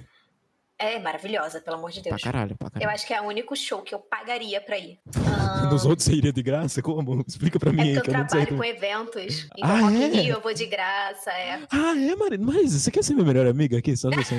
é maravilhosa, pelo amor de
Pra
Deus.
caralho, pra
Eu
caralho.
acho que é o único show que eu pagaria pra ir. Ah,
Nos outros seria de graça? Como? Explica pra mim
é
aí, que
porque eu
eu não sei.
trabalho
como-
com eventos. Então,
Ah,
Rock in
é?
Rio, eu vou de graça, é.
Ah, é, Marina? Mas você quer ser minha melhor amiga aqui? Só você.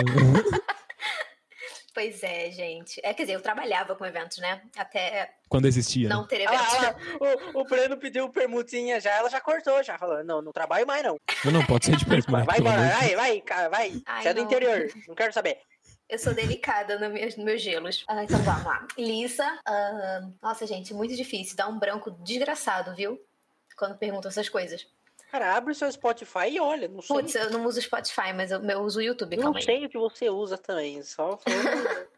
Pois é, gente. É, quer dizer, eu trabalhava com eventos, né? Até
Quando existia. né?
não ter
Ah,
eventos.
lá, ah lá, o, o Breno pediu permutinha já, ela já cortou, já falou, não, não trabalho mais não.
Não, não, pode ser de perto, mas.
Vai
pelo amor
embora,
de-
vai, vai, cara, vai.
Ai,
Você é do
não.
interior, não quero saber.
Eu sou delicada no meus- nos meus gelos. Ah, então vamos lá. Lisa. ah, nossa, gente, muito difícil. Dá um branco desgraçado, viu? Quando perguntam essas coisas.
Cara, abre o seu Spotify e olha, não sei.
Putz, eu não uso Spotify, mas eu, eu uso o YouTube,
não
calma aí.
sei o que você usa também, só um falando.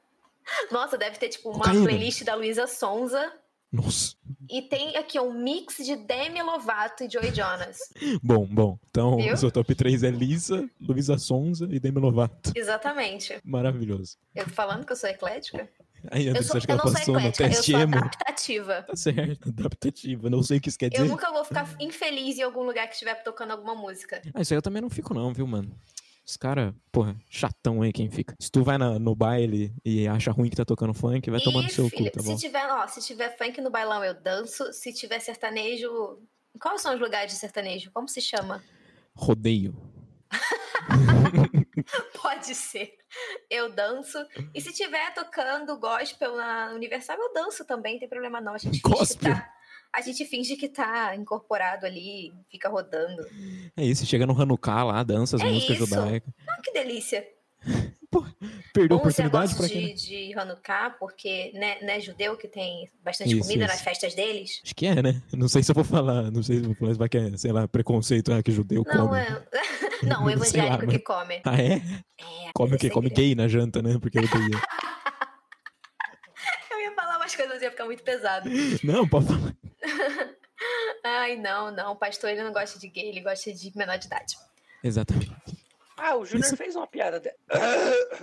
Nossa, deve ter tipo uma
Cocaína.
playlist da Luísa Sonza.
Nossa.
E tem aqui um mix de Demi Lovato e Joy Jonas.
Bom, bom. Então,
Viu?
o seu top 3 é Lisa, Luísa Sonza e Demi Lovato.
Exatamente.
Maravilhoso.
Eu tô falando que eu sou eclética?
Aí,
Eu,
André,
sou,
você acha que
eu
ela
não sou
passou no
eclética, eu
teste
sou
emo?
adaptativa.
Tá certo, adaptativa. Não sei o que isso quer dizer.
Eu nunca vou ficar infeliz em algum lugar que estiver tocando alguma música.
Ah, isso aí eu também não fico, não, viu, mano? Os cara, porra, chatão aí quem fica. Se tu vai na- no baile e acha ruim que tá tocando funk, vai tomando
Ih,
seu
filho,
cu, tá
se
bom?
tiver, ó, se tiver funk no bailão, eu danço. Se tiver sertanejo. Quais são os lugares de sertanejo? Como se chama?
Rodeio.
Pode ser. Eu danço. E se tiver tocando gospel na Universal, eu danço também, não tem problema não. A gente finge que
Gospel?
tá. A gente finge que tá incorporado ali, fica rodando.
É isso, chega no Hanukkah lá, dança as
É
músicas
isso.
judaicas.
Ah, que delícia.
Perdeu a
Bom esse
oportunidade
negócio
pra
de,
quem. né?
de Hanukkah, porque né, né, judeu que tem bastante
Isso,
comida nas
isso.
festas deles.
Acho que é, né? Não sei se eu vou falar, não sei se eu vou falar, vai que é, sei lá, preconceito, ah, que judeu
Não,
come.
é... não, o
Sei lá,
evangélico que
mas-
come.
Ah, é?
É,
Come o quê?
sempre-
Come gay na janta, né? Porque eu odeia.
Eu ia falar umas coisas, mas ia ficar muito pesado.
Não, pode falar.
Ai, não, não. O pastor ele não gosta de gay, ele gosta de menor de idade.
Exatamente.
Ah, o Júnior
Isso-
fez uma piada. De...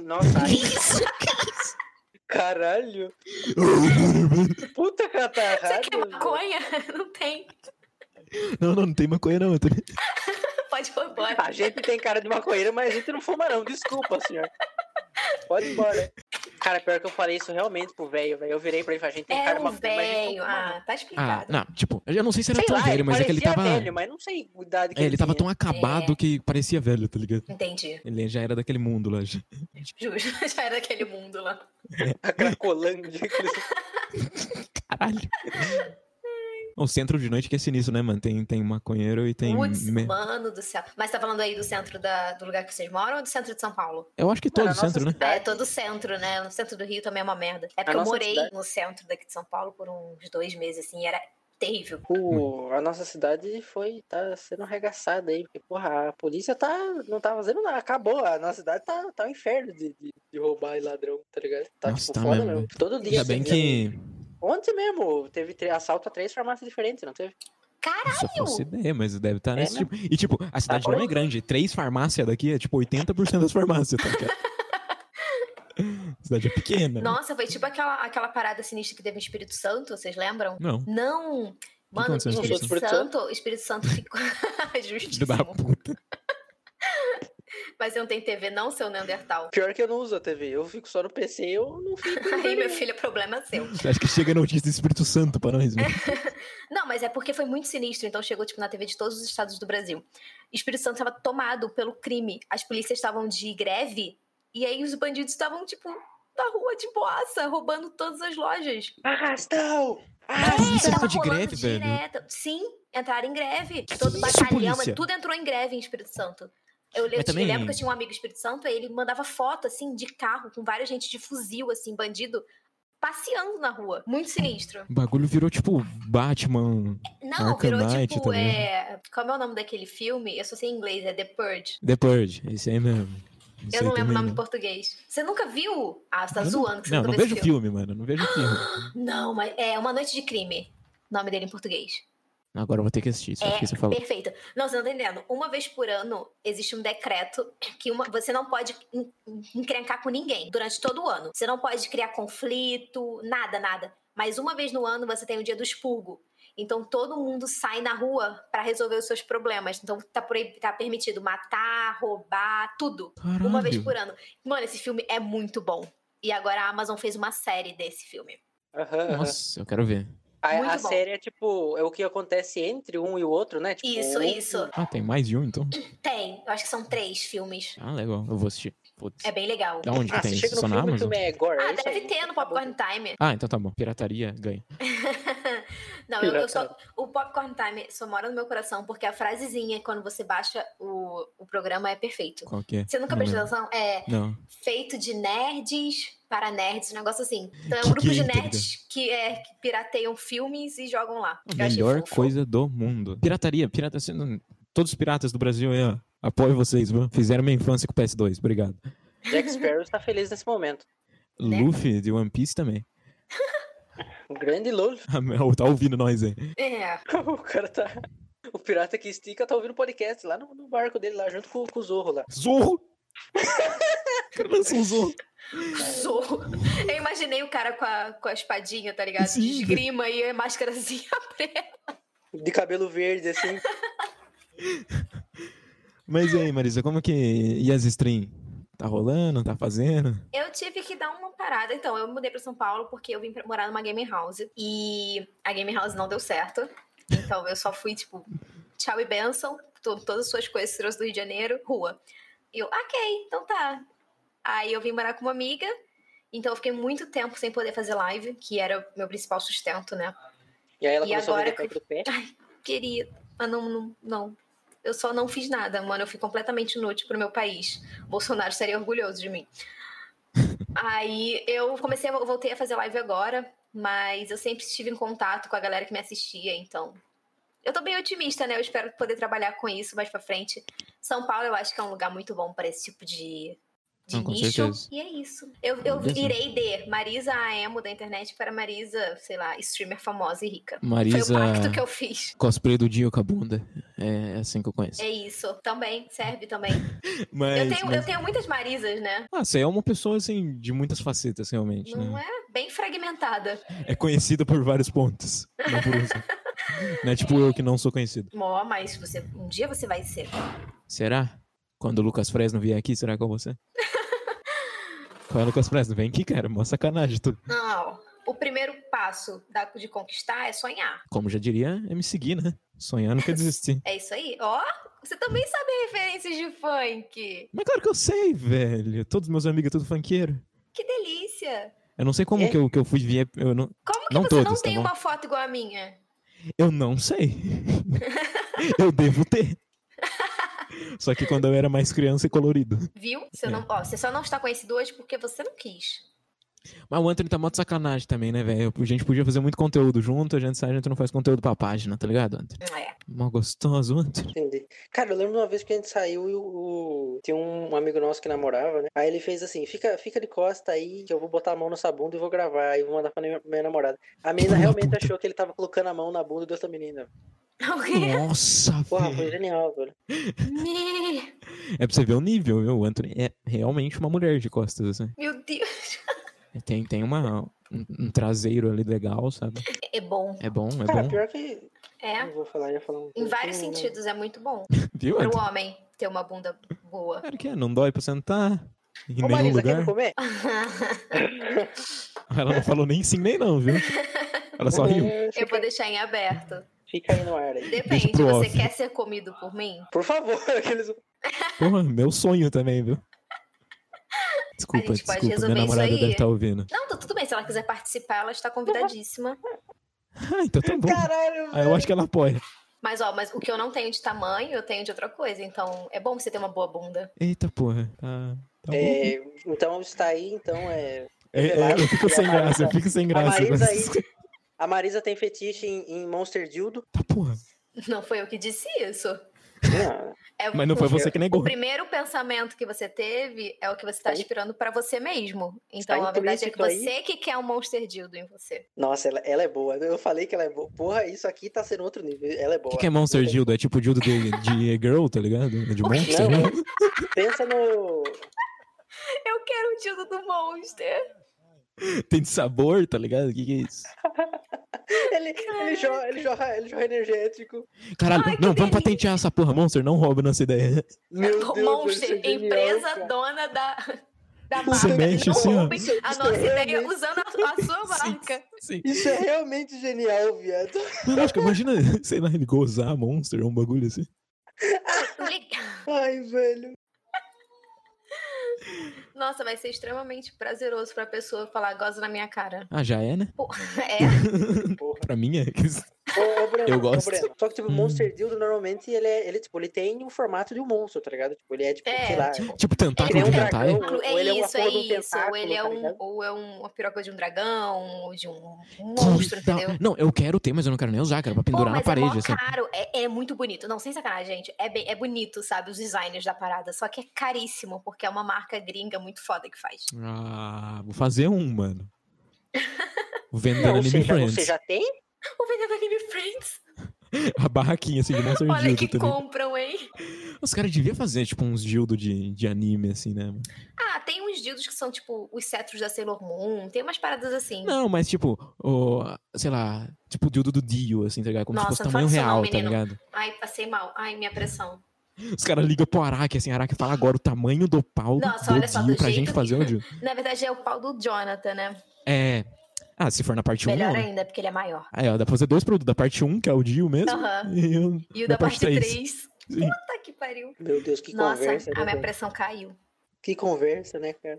Nossa, ai, caralho. Puta tá
Você quer
catarrada.
maconha? Não tem.
não, não, não tem maconha, não. eu tô-
Pode pôr embora.
A gente tem cara de maconheiro, mas a gente não fuma, não. Desculpa, senhor. Pode ir embora. Cara, pior que eu falei isso realmente pro velho, velho. Eu virei pra ele e falei, a gente tem
É
cara de
um
maconheiro, mas a gente
velho.
não fuma, não.
Ah, tá
Ah,
explicado.
não, tipo, eu não sei se era
Sei
tão
lá,
velho, mas é que ele
parecia
tava.
velho, mas não sei a idade que
É, ele tava
tinha.
tão acabado que parecia velho, tá ligado?
Entendi.
Ele já era daquele mundo lá. já.
Justo. Já era daquele mundo lá.
A Cracolândia.
Caralho. O centro de noite que é sinistro, né, mano? Tem, tem maconheiro e tem.
Putz,
me-
mano do céu. Mas tá falando aí do centro da- do lugar que vocês moram ou do centro de São Paulo?
Eu acho que todo
Mano, a nossa
centro, né?
É,
cidade-
todo centro, né? No centro do Rio também é uma merda. É porque
Tá.
eu
nossa
morei
cidade-
no centro daqui de São Paulo por uns dois meses, assim, e era terrível.
O- a nossa cidade foi, tá sendo arregaçada aí, porque, porra, a polícia tá, não tá fazendo nada, acabou, a nossa cidade tá, tá um inferno de, de, de roubar e ladrão, tá ligado? Tá,
Nossa,
tipo,
tá
foda
mesmo,
mesmo.
né?
Todo dia.
Ainda bem
você vê.
que.
Ontem mesmo, teve tre- assalto a três farmácias diferentes, não teve?
Só fosse ideia, mas deve estar
É,
nesse
né?
tipo. E, tipo, a
Tá
cidade
bom.
não é grande. Três farmácias daqui é, tipo, 80% das farmácias, tá ligado? a cidade é pequena.
Nossa, foi tipo aquela, aquela parada sinistra que teve em Espírito Santo, vocês lembram?
Não.
Não! Mano,
aconteceu no
Espírito,
Espírito Santo?
Santo, Espírito Santo ficou
Filho da
justíssimo.
puta.
Mas eu não tenho TV, não, seu Neandertal.
Pior que eu não uso a TV, eu fico só no PC, eu não fico... em
Aí,
lugar
meu
nenhum.
filho, o problema é seu.
Acho que chega notícia do Espírito Santo pra nós, né?
Não, mas é porque foi muito sinistro, então chegou tipo na TV de todos os estados do Brasil. Espírito Santo estava tomado pelo crime. As polícias estavam de greve e aí os bandidos estavam tipo na rua de boaça, roubando todas as lojas.
Arrastão!
Polícia ficou é
Tava
de
rolando
greve, velho?
direto. Sim, entraram em greve. Todo
isso,
batalhão, é
polícia?
tudo entrou em greve em Espírito Santo. Eu, eu,
Mas também-
lembro que eu tinha um amigo do Espírito Santo, aí ele mandava foto, assim, de carro, com várias gente de fuzil, assim, bandido, passeando na rua. Muito sinistro.
O bagulho virou, tipo, Batman.
Não,
Arkham
virou
Knight
tipo,
também.
é... como é o nome daquele filme? Eu só sei em inglês, é The Purge.
The Purge, esse aí mesmo. Esse
Eu
aí
não lembro o
também. né?
nome em português. Você nunca viu? Ah, você tá
Eu não-
zoando que você
Não,
nunca
não
viu esse
vejo filme, mano. Não vejo filme.
Não, mas é Uma Noite de Crime, nome dele em português.
Agora eu vou ter que assistir isso
É,
que você falou.
Perfeito. Não, você não tá entendendo. Uma vez por ano existe um decreto que uma- você não pode en- en- encrencar com ninguém durante todo o ano. Você não pode criar conflito, nada, nada. Mas uma vez no ano você tem o dia do expurgo. Então todo mundo sai na rua pra resolver os seus problemas. Então tá, proib- tá permitido matar, roubar, tudo.
Caralho.
Uma vez por ano. Mano, esse filme é muito bom. E agora a Amazon fez uma série desse filme.
Aham, aham.
Nossa, eu quero ver.
A- A,
muito bom.
série é tipo, é o que acontece entre um e o outro, né? Tipo,
Isso,
um-
isso.
Ah, tem mais de um então?
Tem. Eu acho que são três filmes.
Ah, legal. Eu vou assistir. Putz.
É bem legal.
Da onde
Ah,
que tem
você
isso?
chega no
Só
filme
na
e o
Amazon?
filme é gore.
Ah,
é isso
deve
aí.
ter no Popcorn Time.
Ah, então tá bom. Pirataria ganha.
Não, eu, eu só. O Popcorn Time só mora no meu coração, porque a frasezinha, quando você baixa o, o programa, é perfeito.
Qual que é?
Você nunca
Não
prestou
lembro.
atenção? É
Não.
feito de nerds para nerds, um negócio assim. Então é um
Que
grupo de
gay, tá
nerds que, é, que pirateiam filmes e jogam lá.
A
Eu achei
melhor
fofo.
coisa do mundo. Pirataria. Pirata... você não- Todos os piratas do Brasil aí, ó. Apoio vocês, viu? Fizeram minha infância com o PS2. Obrigado.
Jack Sparrow está feliz nesse momento.
Né?
Luffy de One Piece também.
Um grande Luffy.
tá ouvindo nós aí.
É.
o cara tá. O pirata que estica tá ouvindo podcast lá no, no barco dele, lá junto com, com o Zorro lá.
Zorro! O cara lançou um zorro.
Zorro. Eu imaginei o cara com a, com a espadinha, tá ligado?
Sim.
Esgrima e a máscarazinha preta.
De cabelo verde, assim.
Mas e aí, Marisa, como que. E as stream? Tá rolando? Tá fazendo?
Eu tive que dar uma parada. Então, eu mudei pra São Paulo porque eu vim pra- morar numa game house. E a game house não deu certo. Então, eu só fui, tipo, tchau e benção. to- Todas as suas coisas trouxe do Rio de Janeiro, rua. E eu, ok, então tá. Aí eu vim morar com uma amiga. Então, eu fiquei muito tempo sem poder fazer live, que era o meu principal sustento, né?
E aí ela
E
começou
agora
a ver
que-
do pé.
Queria, mas não, não, não. Eu só não fiz nada, mano. Eu fui completamente inútil pro meu país. Bolsonaro seria orgulhoso de mim. Aí eu comecei, a, eu voltei a fazer live agora, mas eu sempre estive em contato com a galera que me assistia, então. Eu tô bem otimista, né? Eu espero poder trabalhar com isso mais pra frente. São Paulo eu acho que é um lugar muito bom pra esse tipo de, de
Ah, com
nicho.
certeza.
E é isso. Eu, eu
Beleza.
virei de Marisa a emo da internet para Marisa, sei lá, streamer famosa e rica. Foi
Marisa.
o pacto que eu fiz.
Cosplay do Dio com a bunda. É assim que eu conheço.
É isso, também, serve também.
Mas.
eu, tenho, eu
mas-
tenho muitas Marisas, né?
Ah, você é uma pessoa, assim, de muitas facetas, realmente,
Não
né?
é? Bem fragmentada.
É conhecida por vários pontos. Não por um só. Não é tipo eu que não sou conhecido.
Mó, mas você, um dia você vai ser.
Será? Quando o Lucas Fresno vier aqui, será que eu vou ser? Qual é o Lucas Fresno? Vem aqui, cara. Mó sacanagem. Tu...
Não. O primeiro passo da- de conquistar é sonhar.
Como já diria, é me seguir, né? Sonhar nunca desistir.
É isso aí. Ó, você também sabe referências de funk.
Mas claro que eu sei, velho. Todos meus amigos é tudo funkeiro.
Que delícia.
Eu não sei como
É?
que eu, que eu fui ver. Eu não,
Como que
Não
você
todos,
não
tá
tem
bom?
uma foto igual a minha?
eu não sei. eu devo ter. Só que quando eu era mais criança e colorido.
Viu? Você,
É.
não, ó, você só não está conhecido hoje porque você não quis.
Mas o Anthony tá mó de sacanagem também, né, velho? A gente podia fazer muito conteúdo junto, a gente sai, a gente não faz conteúdo pra página, tá ligado, Anthony?
É.
Mó gostoso, Anthony.
Entendi. Cara, eu lembro de uma vez que a gente saiu e o. o- Tinha um amigo nosso que namorava, né? Aí ele fez assim: fica, fica de costa aí, que eu vou botar a mão nessa bunda e vou gravar, e vou mandar pra minha, minha namorada. A menina
Filho da
realmente
puta.
achou que ele tava colocando a mão na bunda da outra menina.
O
É.
quê?
Nossa,
Porra,
velho.
foi genial, velho.
Me-
É pra você ver o nível, viu? O Anthony é realmente uma mulher de costas, assim.
Meu Deus.
Tem, tem uma, um, um traseiro ali legal, sabe?
É bom.
É bom, é
Cara,
bom.
pior que.
É.
Não vou falar, ia falar um.
Em
eu
vários
não- não-
sentidos, é muito bom.
Viu,
Pro
Anthony?
homem ter uma bunda boa.
Claro que é, não dói pra sentar em
Ô,
nenhum
Marisa, quer
lugar.
me comer?
Ela não falou nem sim nem não, viu? Ela só riu.
É,
Eu
fica,
vou deixar em aberto.
fica aí no ar aí.
Depende,
pro
você
off.
quer ser comido por mim?
Por favor, aqueles.
Porra, meu sonho também, viu? Desculpa,
gente pode
desculpa. Minha
resolver isso
namorada
aí.
deve estar ouvindo.
Não, tá tudo bem. Se ela quiser participar, ela está convidadíssima.
Ah, então tá bom.
Caralho,
Ah, eu acho que ela apoia.
Mas, ó, mas o que eu não tenho de tamanho, eu tenho de outra coisa. Então, é bom você ter uma boa bunda.
Eita porra. Tá, tá bom.
É, então está aí, então é.
É, é, eu fico sem graça, eu fico sem graça.
Marisa
com
aí.
essas-
A Marisa tem fetiche em, em Monster Dildo.
Tá porra.
Não foi eu que disse isso.
Não,
É
Mas não foi
o-
você que negou.
O primeiro pensamento que você teve é o que você está
Tá in-
aspirando para você mesmo.
Está
Então, a verdade é que
implícito aí.
você que quer um Monster Dildo em você.
Nossa, ela, ela é boa. Eu falei que ela é boa. Porra, isso aqui tá sendo outro nível. Ela é
O
boa.
que, que é Monster Dildo? É tipo Dildo de, de Girl, tá ligado? De
O quê?
Monster, né?
Não, pensa no.
Eu quero o Dildo do Monster.
Tem de sabor, tá ligado? O que, que é isso?
Ele, ele, jorra, ele, jorra, ele jorra energético.
Caralho,
Ai, que
não, vamos
delícia.
patentear essa porra, Monster, não rouba nossa ideia.
Meu Deus, deve
Monster,
ser genial,
empresa
cara.
dona da, da marca.
Você mexe
não
assim, ó.
roubem
Isso- é
a
isso
nossa ideia
realmente-
usando a, a sua
Sim,
marca.
Sim.
Isso é realmente genial, viado.
Mas lógico, imagina, sei lá, ele gozar Monster, um bagulho assim.
Legal.
Ai, velho.
Nossa, vai ser extremamente prazeroso pra pessoa falar, goza na minha cara.
Ah, já é, né?
É,
Porra.
Pra mim é.
Ô, ô, Breno,
Eu
ô,
gosto.
Breno. Só que, tipo,
Hum.
Monster Dildo, normalmente, ele, é, ele, tipo, ele tem o formato de um monstro, tá ligado? Tipo, ele é, tipo,
É,
sei lá.
Tipo tentáculo
Ele é um
de hentai.
dragão. Ou-
é
ou ele é uma
isso, é
porra de um
isso. Ou ele é
tentáculo, tá
um,
ligado?
ou é um- uma piroca de um dragão, ou de um monstro,
Que da-
entendeu?
Não, eu quero ter, mas eu não quero nem usar, cara, pra
Pô,
pendurar na
mas é
parede,
mó
assim.
caro, é, é muito bonito. Não, sem sacanagem, gente. É, bem, é bonito, sabe, os designers da parada. Só que é caríssimo, porque é uma marca gringa muito foda que faz.
Ah, vou fazer um, mano. Vendendo
Não, ou
Anime
seja,
Friends.
você já tem?
O vendedor Game Friends.
A barraquinha, assim, de Monster
Olha
Dildo
que
também.
compram, hein?
Os caras deviam fazer, tipo, uns dildo de, de anime, assim, né? mano?
Ah, tem uns dildos que são, tipo, os cetros da Sailor Moon. Tem umas paradas assim.
Não, mas, tipo, o, sei lá, tipo, o dildo do Dio, assim, tá ligado? Como
Nossa,
se
não
fosse tamanho
fala isso não,
real, tá
menino.
ligado?
Ai, passei mal. Ai, minha pressão.
Os caras ligam pro Araki, assim, Araki fala agora o tamanho do pau
Nossa,
do
olha só, do
Dio pra
jeito
gente
que-
fazer o Dio.
Na verdade, é o pau do Jonathan, né?
É. Ah, se for na parte 1,
Melhor
né?
ainda, porque ele é maior.
Aí, ó, dá pra fazer dois produtos, da parte 1, que é o Dio mesmo,
Aham.
e o
E o
Da
da,
parte
parte
três.
3.
Sim.
Puta que pariu.
Meu Deus, que
Nossa,
conversa. né,
a minha
velho?
pressão caiu.
Que conversa, né, cara?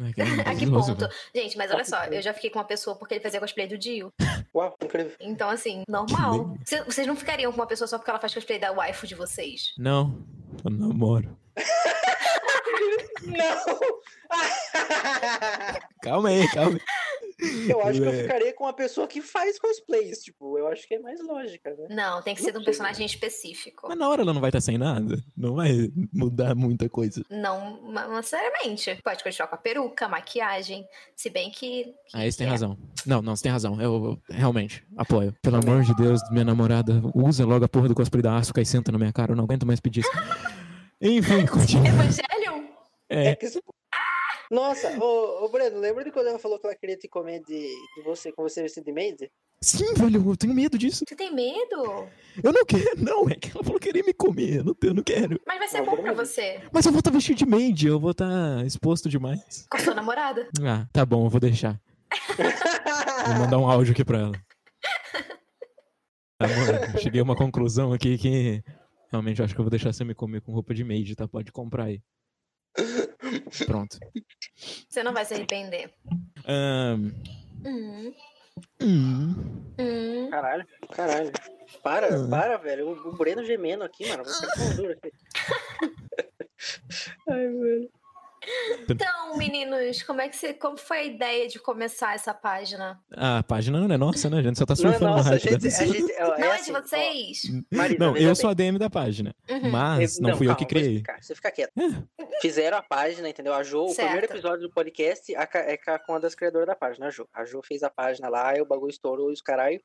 Ai, é que lindo,
A Ah, que
nossa,
ponto?
velho.
Gente, mas olha só, eu já fiquei com uma pessoa porque ele fazia cosplay do Dio.
Uau, incrível.
Então, assim, normal. Cê- Vocês não ficariam com uma pessoa só porque ela faz cosplay da waifu de vocês?
Não, eu namoro.
Não!
Calma aí, calma aí.
Eu acho que eu
É.
ficaria com uma pessoa que faz cosplays, tipo, eu acho que é mais lógica, né?
Não, tem que ser de um personagem específico.
Mas na hora ela não vai estar sem nada. Não vai mudar muita coisa.
Não, ma- não necessariamente. Pode continuar com a peruca, maquiagem. Se bem que.
Aí você Ah, tem
é.
razão. Não, não, você tem razão. Eu, eu realmente apoio. Pelo amor de Deus, minha namorada, usa logo a porra do cosplay da Asuka e senta na minha cara. Eu não aguento mais pedir isso. Enfim, continua.
Evangelion?
É.
que isso- Nossa, ô, ô Breno, lembra de quando ela falou que ela queria te comer de, de você com você vestido de maid?
Sim, velho, eu tenho medo disso.
Tu tem medo?
Eu não quero. Não, é que ela falou querer me comer. Eu não, tenho, eu não quero.
Mas vai ser
Não, é
bom
pelo
pra
amor de
você.
Mas eu vou estar vestido de maid. Eu vou estar exposto demais.
Com a sua namorada.
Ah, tá bom, eu vou deixar. Vou mandar um áudio aqui pra ela. Amor, cheguei a uma conclusão aqui que realmente eu acho que eu vou deixar você me comer com roupa de maid, tá? Pode comprar aí. Pronto.
Você não vai se arrepender.
Ahn,
Hum,
Ah, hum.
hum.
Caralho, caralho. Para,
Uhum.
para, velho. O, o Breno gemendo aqui, mano. Vai ficar com dor
Tá
aqui. Ai, velho.
Então, meninos, como é que você, como foi a ideia de começar essa página?
Ah, a página não é nossa, né? A gente só tá
Não é
surfando no
nossa, a
hype da
gente. A
pessoa.
gente ó,
Não é
assim,
de
ó.
vocês?
Marina,
Não,
veja
eu
bem.
sou a DM da página.
Uhum.
Mas
Eu-
Ah, não fui eu
calma,
que
vou
criei. É.
explicar, Você fica quieto. Fizeram a página, entendeu? A Jo, o
Certo.
primeiro episódio do podcast a Ca- é ca- com uma das criadoras da página, a Jo. A Jo fez a página lá, aí o bagulho estourou e os caralho.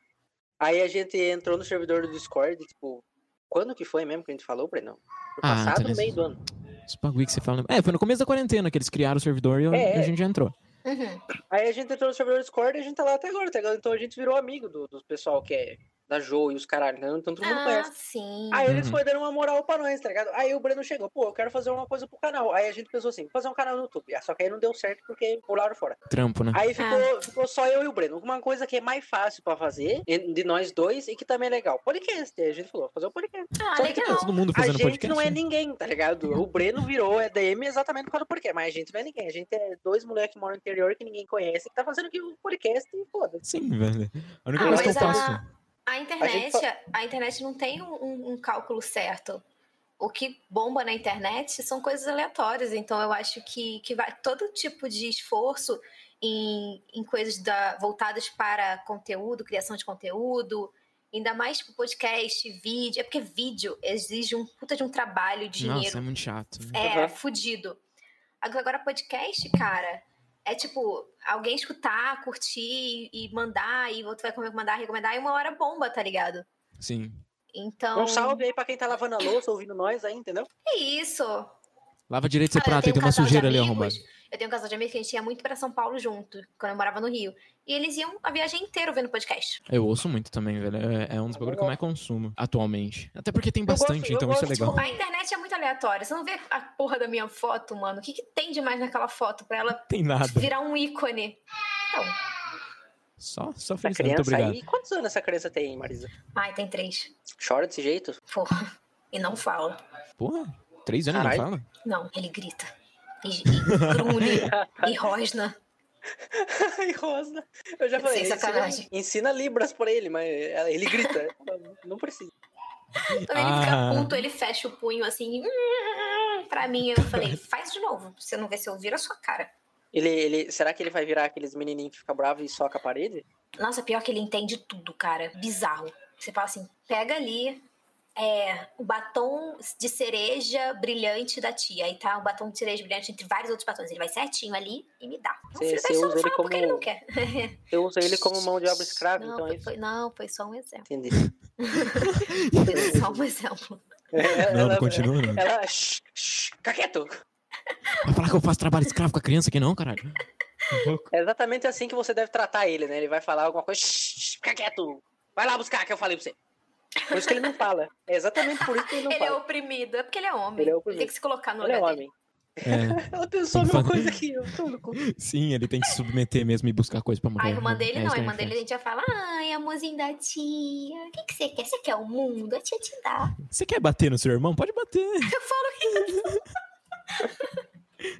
Aí a gente entrou no servidor do Discord, tipo, quando que foi mesmo que a gente falou, Breno? Foi
Ah,
passado
tá
no meio
nesse-
do ano.
Esse bagulho que você fala. É, foi no começo da quarentena que eles criaram o servidor e eu-
É, é.
a gente já entrou.
Uhum.
Aí a gente entrou no servidor do Discord e a gente tá lá até agora, tá ligado? Então a gente virou amigo do, do pessoal que é da Jo e os caralho, entendeu? Então todo mundo
Ah,
conhece.
sim.
Aí eles
Uhum.
foram dando uma moral pra nós, tá ligado? Aí o Breno chegou, pô, eu quero fazer uma coisa pro canal. Aí a gente pensou assim, fazer um canal no YouTube. Ah, Só que aí não deu certo porque pularam fora.
Trampo, né?
Aí ficou, ficou só eu e o Breno. Uma coisa que é mais fácil pra fazer, en- de nós dois, e que também é legal. Podcast. Aí a gente falou, fazer um podcast.
Ah,
só que
Tá
legal.
todo mundo
A
fazendo
gente
podcast.
não é
né?
ninguém, tá ligado? O Breno virou EDM exatamente por causa do porquê, mas a gente não é ninguém. A gente é dois moleques que moram no interior que ninguém conhece, que tá fazendo aqui um podcast e foda.
Sim, velho. A única
Ah,
coisa que eu
mas a-
faço.
A internet,
fa-
a internet não tem um, um- um cálculo certo. O que bomba na internet são coisas aleatórias. Então, eu acho que, que vai, todo tipo de esforço em, em coisas da- voltadas para conteúdo, criação de conteúdo, Ainda mais tipo podcast, vídeo. É porque vídeo exige um puta de um trabalho, de
Nossa, é
dinheiro.
muito chato. né?
É,
Uhum.
fudido. Agora, podcast, cara, é tipo, alguém escutar, curtir e mandar, e outro vai recomendar, recomendar, e uma hora bomba, tá ligado?
Sim.
Então.
Um salve aí pra quem tá lavando a louça, ouvindo nós aí, entendeu?
É isso.
Lava direito seu
Cara, eu
prato, aí
tenho
tem
um
uma
casal de
sujeira ali
amigos-
arrombada.
Eu tenho um casal de amigos que a gente ia muito pra São Paulo junto, quando eu morava no Rio. E eles iam a viagem inteira ouvindo podcast.
Eu ouço muito também, velho. É, é um dos bagulhos que eu mais consumo atualmente. Até porque tem
Eu gosto-
bastante,
eu
então
gosto
isso é legal.
de-
A internet é muito aleatória. Você não vê a porra da minha foto, mano? O que, que tem de mais naquela foto pra ela
Tem nada.
virar um ícone?
Só, só
Essa
felicidade. Muito
criança
obrigado.
aí. Quantos anos essa criança tem, Marisa?
Ai, tem três.
Chora desse jeito?
Porra. E não fala.
Porra, três anos
Caralho.
não fala?
Não, ele grita. E, e grunhe. e rosna.
Ai, Rosa. Eu já falei.
Sem
ensina-
sacanagem.
Ensina Libras pra ele, mas ele grita. Não precisa.
Quando ele fica
Ah.
puto, ele fecha o punho assim. "Hum", Pra mim, eu falei, faz de novo. pra Você não vê se eu viro a sua cara.
Ele, ele, será que ele vai virar aqueles menininhos que ficam bravos e soca a parede?
Nossa, pior que ele entende tudo, cara. Bizarro. Você fala assim, pega ali é, o batom de cereja brilhante da tia. Aí tá o batom de cereja brilhante entre vários outros batons. Ele vai certinho ali e me dá. Não,
Você-
filho,
você
tá só
usa ele
não fala porque ele
como-
não quer.
Eu uso ele como mão de obra escrava,
não,
então é
foi,
isso.
foi- não, foi só um exemplo.
Entendi.
Foi só um exemplo.
Não,
É.
não continua, não.
Ela. Shh, shh, fica quieto.
Vai falar que eu faço trabalho escravo com a criança aqui, não, caralho.
Um
É exatamente assim que você deve tratar ele, né? Ele vai falar alguma coisa. Shh, shh, fica quieto. Vai lá buscar que eu falei pra você. Por isso que ele não fala. É exatamente por isso que ele não
Ele é
fala.
oprimido, é porque ele é homem.
Ele é
Ele,
oprimido.
tem que se colocar no
Ele é
lugar dele.
homem.
É,
Ela pensou a
Tem que
mesma
fazer.
coisa que eu. tô no cu.
sim, ele tem que se submeter mesmo e buscar coisa pra mulher.
A Ah, irmã dele
É isso
não, a
que
irmã
gente
dele a
faz.
gente já fala, ai, amorzinho da tia, o que, que você quer? Você quer o mundo? A tia te dá.
Você quer bater no seu irmão? Pode bater.
Eu falo é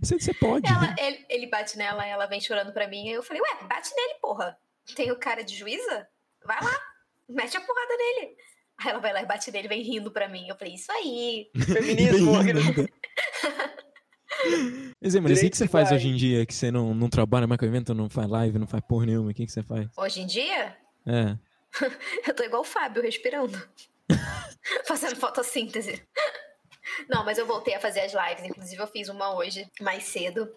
Você, você pode. né?
Ela- ele, ele bate nela, ela vem chorando pra mim. Aí eu falei, ué, bate nele, porra. Tem o cara de juíza? Vai lá, mete a porrada nele. Aí ela vai lá e bate nele, vem rindo pra mim. Eu falei, isso aí.
Feminismo.
Bem ainda. Mas, aí, Marisa, o que que você
Direitos
faz
iguais.
hoje em dia? Que você não, não trabalha mais com evento, não faz live, não faz porra nenhuma. O que, que você faz?
Hoje em dia,
É.
eu tô igual o Fábio, respirando. Fazendo fotossíntese. Não, mas eu voltei a fazer as lives. Inclusive, eu fiz uma hoje, mais cedo.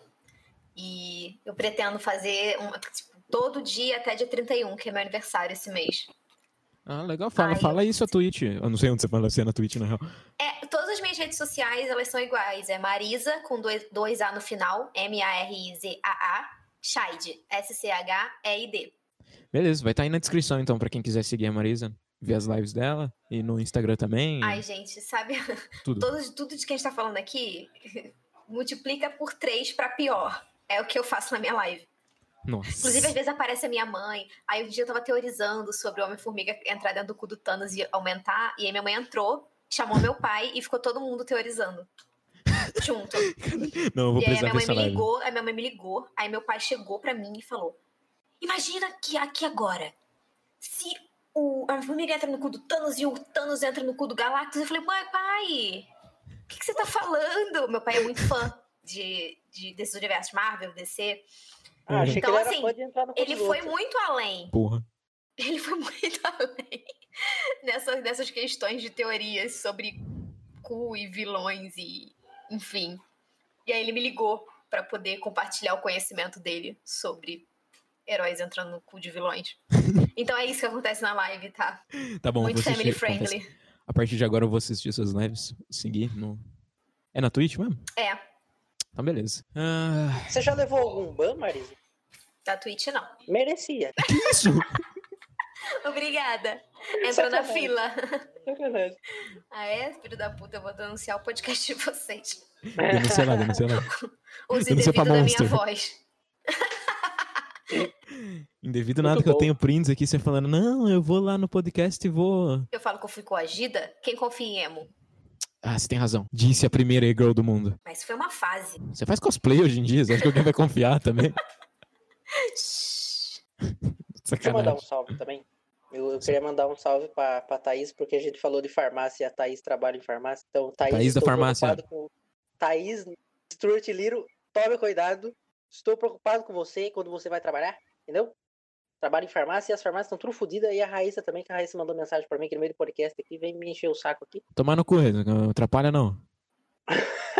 E eu pretendo fazer um- tipo, todo dia até dia 31, que é meu aniversário esse mês.
Ah, legal. Fala,
Ai, eu-
fala isso a Twitch. Eu não sei onde você fala assim na Twitch, na real.
É, todas as minhas redes sociais, elas são iguais. É Marisa, com dois, dois A no final. M-A-R-I-Z-A-A. Shide. S-C-H-E-I-D.
Beleza, vai estar aí na descrição então, pra quem quiser seguir a Marisa, ver as lives dela e no Instagram também.
Ai, gente, sabe?
Tudo.
Todos, tudo de que a gente tá falando aqui, multiplica por três pra pior. É o que eu faço na minha live.
Nossa.
Inclusive, às vezes aparece a minha mãe. Aí um dia eu tava teorizando sobre o Homem-Formiga entrar dentro do cu do Thanos e aumentar. E aí minha mãe entrou, chamou meu pai e ficou todo mundo teorizando. Junto.
Não, eu vou
E aí a
precisar ver
minha mãe
essa
me
live.
ligou, aí minha mãe me ligou, aí meu pai chegou pra mim e falou: Imagina que aqui agora, se o a formiga entra no cu do Thanos e o Thanos entra no cu do Galactus, eu falei, mãe, pai, o que, que você tá falando? Meu pai é muito fã de, de- desses universos Marvel, DC.
Ah, achei
Então,
que ele é
assim,
era fã de entrar no cu
Ele
dos
foi
outros.
muito além.
Porra.
Ele foi muito além nessas, nessas questões de teorias sobre cu e vilões e enfim. E aí ele me ligou pra poder compartilhar o conhecimento dele sobre heróis entrando no cu de vilões. Então é isso que acontece na live, tá?
Tá bom, eu
muito
vou assistir.
family
confesso.
friendly.
A partir de agora eu vou assistir suas lives, seguir no. É na Twitch mesmo?
É,
Então, beleza. Ah,
Você já levou algum ban, Marisa?
da Twitch não.
Merecia.
que isso?
Obrigada. Entrou na
Sacanagem.
fila.
Sacanagem.
Ah, é, filho da puta, eu vou denunciar o podcast de vocês.
É. denuncia lá, denuncia lá.
Use
Denuncia
devido
pra
da minha
Monster.
voz.
Indevido
Muito
nada que
bom.
eu tenho prints aqui, você falando, não, eu vou lá no podcast e vou.
Eu falo que eu fui coagida, quem confia em emo?
Ah, você tem razão. Disse a primeira e-girl do mundo.
Mas foi uma fase.
Você faz cosplay hoje em dia, você acha que alguém vai confiar também?
Deixa eu mandar um
Sacanagem.
salve também. Eu, eu queria mandar um salve pra, pra Thaís, porque a gente falou de farmácia e a Thaís trabalha em farmácia. Então, Thaís,
Thaís da
estou
farmácia.
preocupado Com... Thaís, Stuart Little, tome cuidado. Estou preocupado com você quando você vai trabalhar, entendeu? trabalho em farmácia e as farmácias estão tudo fodidas. E a Raíssa também, que a Raíssa mandou mensagem pra mim que no meio do podcast aqui, vem me encher o saco aqui.
Tomar no cu, não atrapalha não.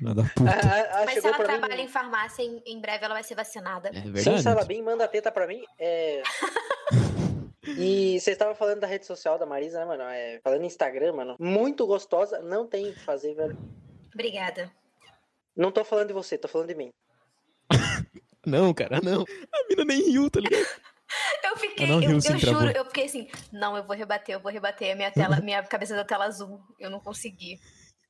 Nada
A,
puta.
a, a
Mas se
Ah, chegou
ela
pra
trabalha
mim. um
em farmácia, em, em breve ela vai ser vacinada.
É
Sim,
verdade.
Salabim, manda a teta pra mim. É. E vocês estavam falando da rede social da Marisa, né, mano? É, falando em Instagram, mano. Muito gostosa, não tem o que fazer, velho.
Obrigada.
Não tô falando de você, tô falando de mim.
Não, cara, não. A mina nem riu, tá ligado?
Eu fiquei,
Eu não
eu,
rio, sim,
eu
travou.
juro, eu fiquei assim, não, eu vou rebater, eu vou rebater a minha tela, minha cabeça da tela azul. Eu não consegui.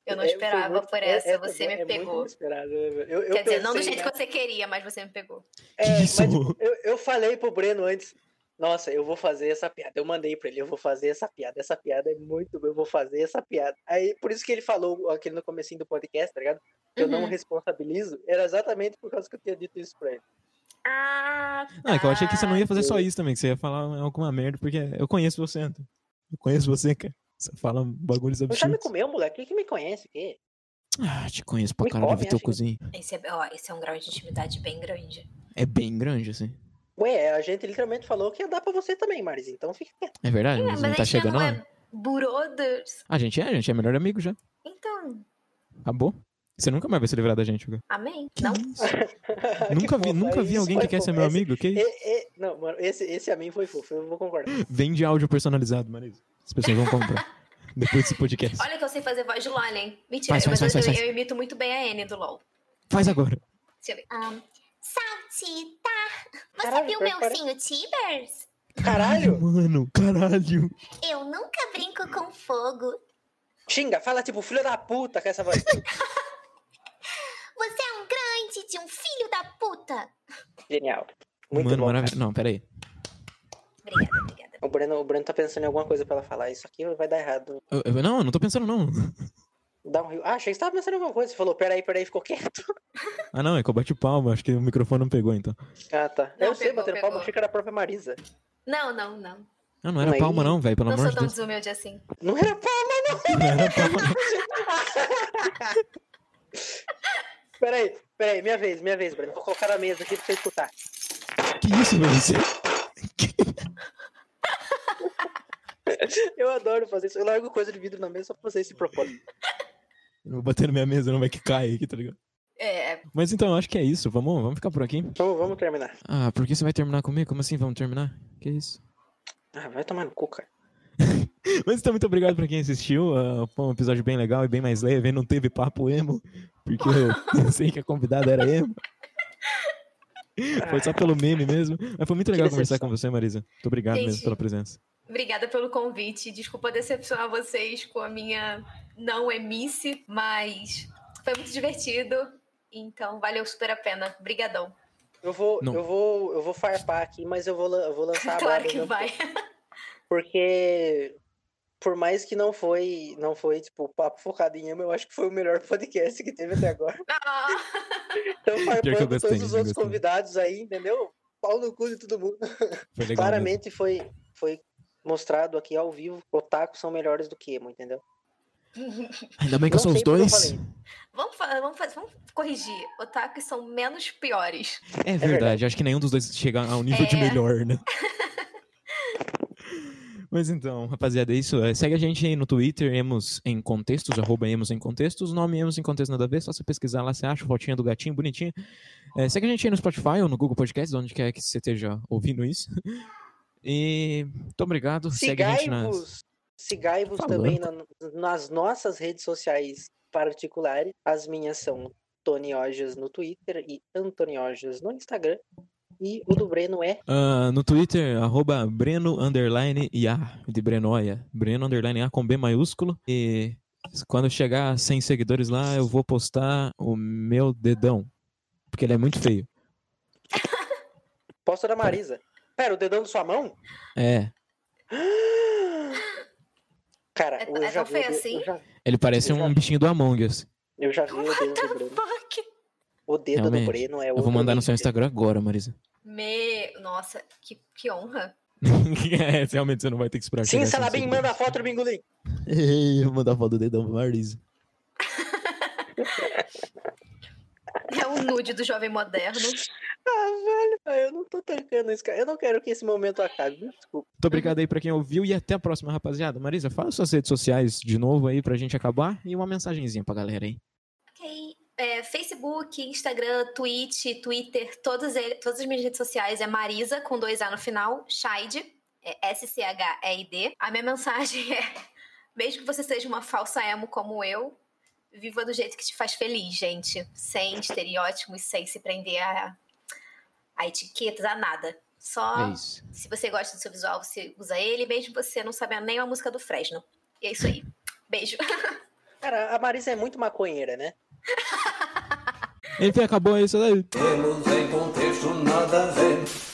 Eu não
É, foi
esperava
muito-
por
é-
essa,
essa
você
é
me
muito
pegou.
inesperada, né, velho? Eu- eu
Quer dizer, não do
pensei
jeito
na-
que você queria, mas você me pegou.
É,
Que
mas,
isso?
tipo, eu, eu falei pro Breno antes. Nossa, eu vou fazer essa piada. Eu mandei pra ele, eu vou fazer essa piada. Essa piada é muito boa, eu vou fazer essa piada. Aí, por isso que ele falou aquele no comecinho do podcast, tá ligado? Eu não
Uhum.
responsabilizo. Era exatamente por causa que eu tinha dito isso pra ele.
Ah,
Ah, é que eu achei que você não ia fazer só
eu-
isso também, que você ia falar alguma merda, porque eu conheço você, Antônio. Eu conheço você, cara. Você fala bagulhos
Você já me
absurdos.
comeu, moleque? Quem que me conhece aqui?
Ah, te conheço pra
Me
caralho,
come,
vi teu
acho que-
cozinho.
Esse é, ó, esse é um grau de intimidade bem grande.
É bem grande, assim.
Ué, a gente literalmente falou que ia dar pra você também, Marisa. Então fica quieto.
É verdade,
É,
mas, não
mas
tá
a gente já
chegando
não
lá.
é brothers.
A gente é, a gente é melhor amigo já.
Então,
Acabou. Você nunca mais vai se livrar da gente, Hugo.
amém.
Que
Não,
isso?
Que
nunca vi,
fofo,
nunca
aí
vi
isso
alguém que
foi
quer
fofo.
ser meu
Esse-
amigo. Que isso?
e- e- não, mano, esse, esse a mim foi fofo, eu vou concordar.
Vende áudio personalizado, Marisa. As pessoas vão comprar. Depois desse podcast.
olha que eu sei fazer voz de LOL, hein? Mentira,
Faz, faz,
mas
faz,
eu,
faz,
eu imito muito bem a N do LOL.
Faz agora.
Deixa eu ver. Ahn, Saltita, tá. você
Caralho,
viu
pior
meu
que pare-
ursinho Tibers?
Caralho!
Mano, caralho.
Eu nunca brinco com fogo.
Xinga, fala tipo, filho da puta com essa voz.
Você é um grande de um filho da puta.
Genial. Muito
Mano,
bom. cara.
maravilhoso. Não, peraí.
Obrigada, obrigada.
O Breno, o Breno tá pensando em alguma coisa pra ela falar. Isso aqui vai dar errado.
Eu- eu- não, eu não tô pensando, não.
Dá um rio. Ah, achei que você tava pensando em alguma coisa. Você falou, peraí, peraí, ficou quieto.
Ah, não, é que eu bati palma. Acho que o microfone não pegou, então.
Ah, tá.
Não,
eu sei,
pegou,
batendo
pegou.
palma, achei que era a própria Marisa.
Não, não, não.
Ah, não era
Aí-
palma, não, velho. Pelo
não
amor
sou
de
tão
Deus.
desumilde assim.
Não era palma!
Não era palma.
Peraí, peraí, minha vez, minha vez, Breno. Vou colocar na mesa aqui pra você escutar.
Que isso, velho? Você-
Eu adoro fazer isso. Eu largo coisa de vidro na mesa só pra fazer esse propósito.
Eu vou bater na minha mesa, não vai que cai aqui, tá ligado?
É,
Mas então, eu acho que é isso. Vamos, vamos ficar por aqui.
Então vamos terminar.
Ah, por que você vai terminar comigo? Como assim vamos terminar? Que isso?
Ah, vai tomar no cu, cara.
Mas então, muito obrigado pra quem assistiu. ah, foi um episódio bem legal e bem mais leve. Não teve papo emo, porque eu sei que a convidada era emo. Foi só pelo meme mesmo. Mas foi muito legal
Que
conversar
decepção.
com você, Marisa. Muito obrigado mesmo
Gente.
pela presença.
obrigada pelo convite. Desculpa decepcionar vocês com a minha não emice, mas foi muito divertido. Então, valeu super a pena. Obrigadão.
Eu vou,
Não.
eu vou, eu vou farpar aqui, mas eu vou, lan- eu vou lançar a
claro
braba,
que
né?
vai.
Porque por mais que não foi, não foi tipo papo focado em emo, eu acho que foi o melhor podcast que teve até agora.
Ah,
Então
que eu
farpando
gostei,
todos os
eu
outros
gostei.
convidados aí, entendeu? Pau no cu de todo mundo.
Foi legal. mesmo.
Claramente foi, foi mostrado aqui ao vivo, otakus são melhores do que emo, entendeu?
Ainda bem que eu
Não
sou os
sei porque eu
dois.
falei.
vamos, fa- vamos, fazer, vamos corrigir. Otakus são menos piores.
É verdade.
verdade.
Acho que nenhum dos dois chega ao nível de
É.
melhor, né? Mas então, rapaziada, é isso. É, Segue a gente aí no Twitter, emos em contextos, arroba emos em contextos, nome emos em contexto nada a ver, só você pesquisar lá, você acha fotinha do gatinho bonitinha. É, segue a gente aí no Spotify ou no Google Podcast, onde quer que você esteja ouvindo isso. E muito obrigado. Segue a gente nas...
Sigai-vos, sigai-vos
Falando.
também na- nas nossas redes sociais particulares. As minhas são Tony Ojas no Twitter e Antônio Ojas no Instagram. E o do Breno é
Ah, no Twitter, arroba Breno underline IA, de Brenoia. Breno underline A com B maiúsculo. E quando chegar a 100 seguidores lá, eu vou postar o meu dedão. Porque ele é muito feio.
Posta da Marisa. Pera, o dedão da sua mão?
É.
Cara,
É-
eu,
é
já
tão
vi, o
feio
de-
assim?
eu já,
Ele parece um
Exato. É
bichinho do Among Us.
eu já vi o dedo do Breno.
Fuck.
O dedo
Realmente.
do Breno é
Eu vou
outro
mandar no
nível.
seu Instagram agora, Marisa.
Me... Nossa, que, que honra.
é, realmente você não vai ter que esperar.
Sim,
chegar a 100
Salabim,
seguidores.
manda a foto do Bingolim.
Ei, eu vou mandar a foto do dedão pra Marisa.
um É o nude do jovem moderno.
Ah, velho, ah, eu não tô tancando esse cara. Eu não quero que esse momento acabe. me Desculpa.
Muito obrigado aí pra quem ouviu e até a próxima, rapaziada. Marisa, fala suas redes sociais de novo aí pra gente acabar e uma mensagenzinha pra galera aí. É
Ok. É, Facebook, Instagram, Twitch, Twitter, todas, ele- todas as minhas redes sociais é Marisa, com dois A no final, Shide, é S-C-H-E-I-D. A minha mensagem é: mesmo que você seja uma falsa emo como eu, viva do jeito que te faz feliz, gente. Sem estereótipos, sem se prender a, a etiquetas, a nada. Só
Ah.
É isso.
se você gosta do seu visual, você usa ele, mesmo você não sabendo nem a música do Fresno. E é isso aí. Beijo.
Cara, a Marisa é muito maconheira, né?
Enfim, acabou isso daí.
Temos em contexto nada a ver.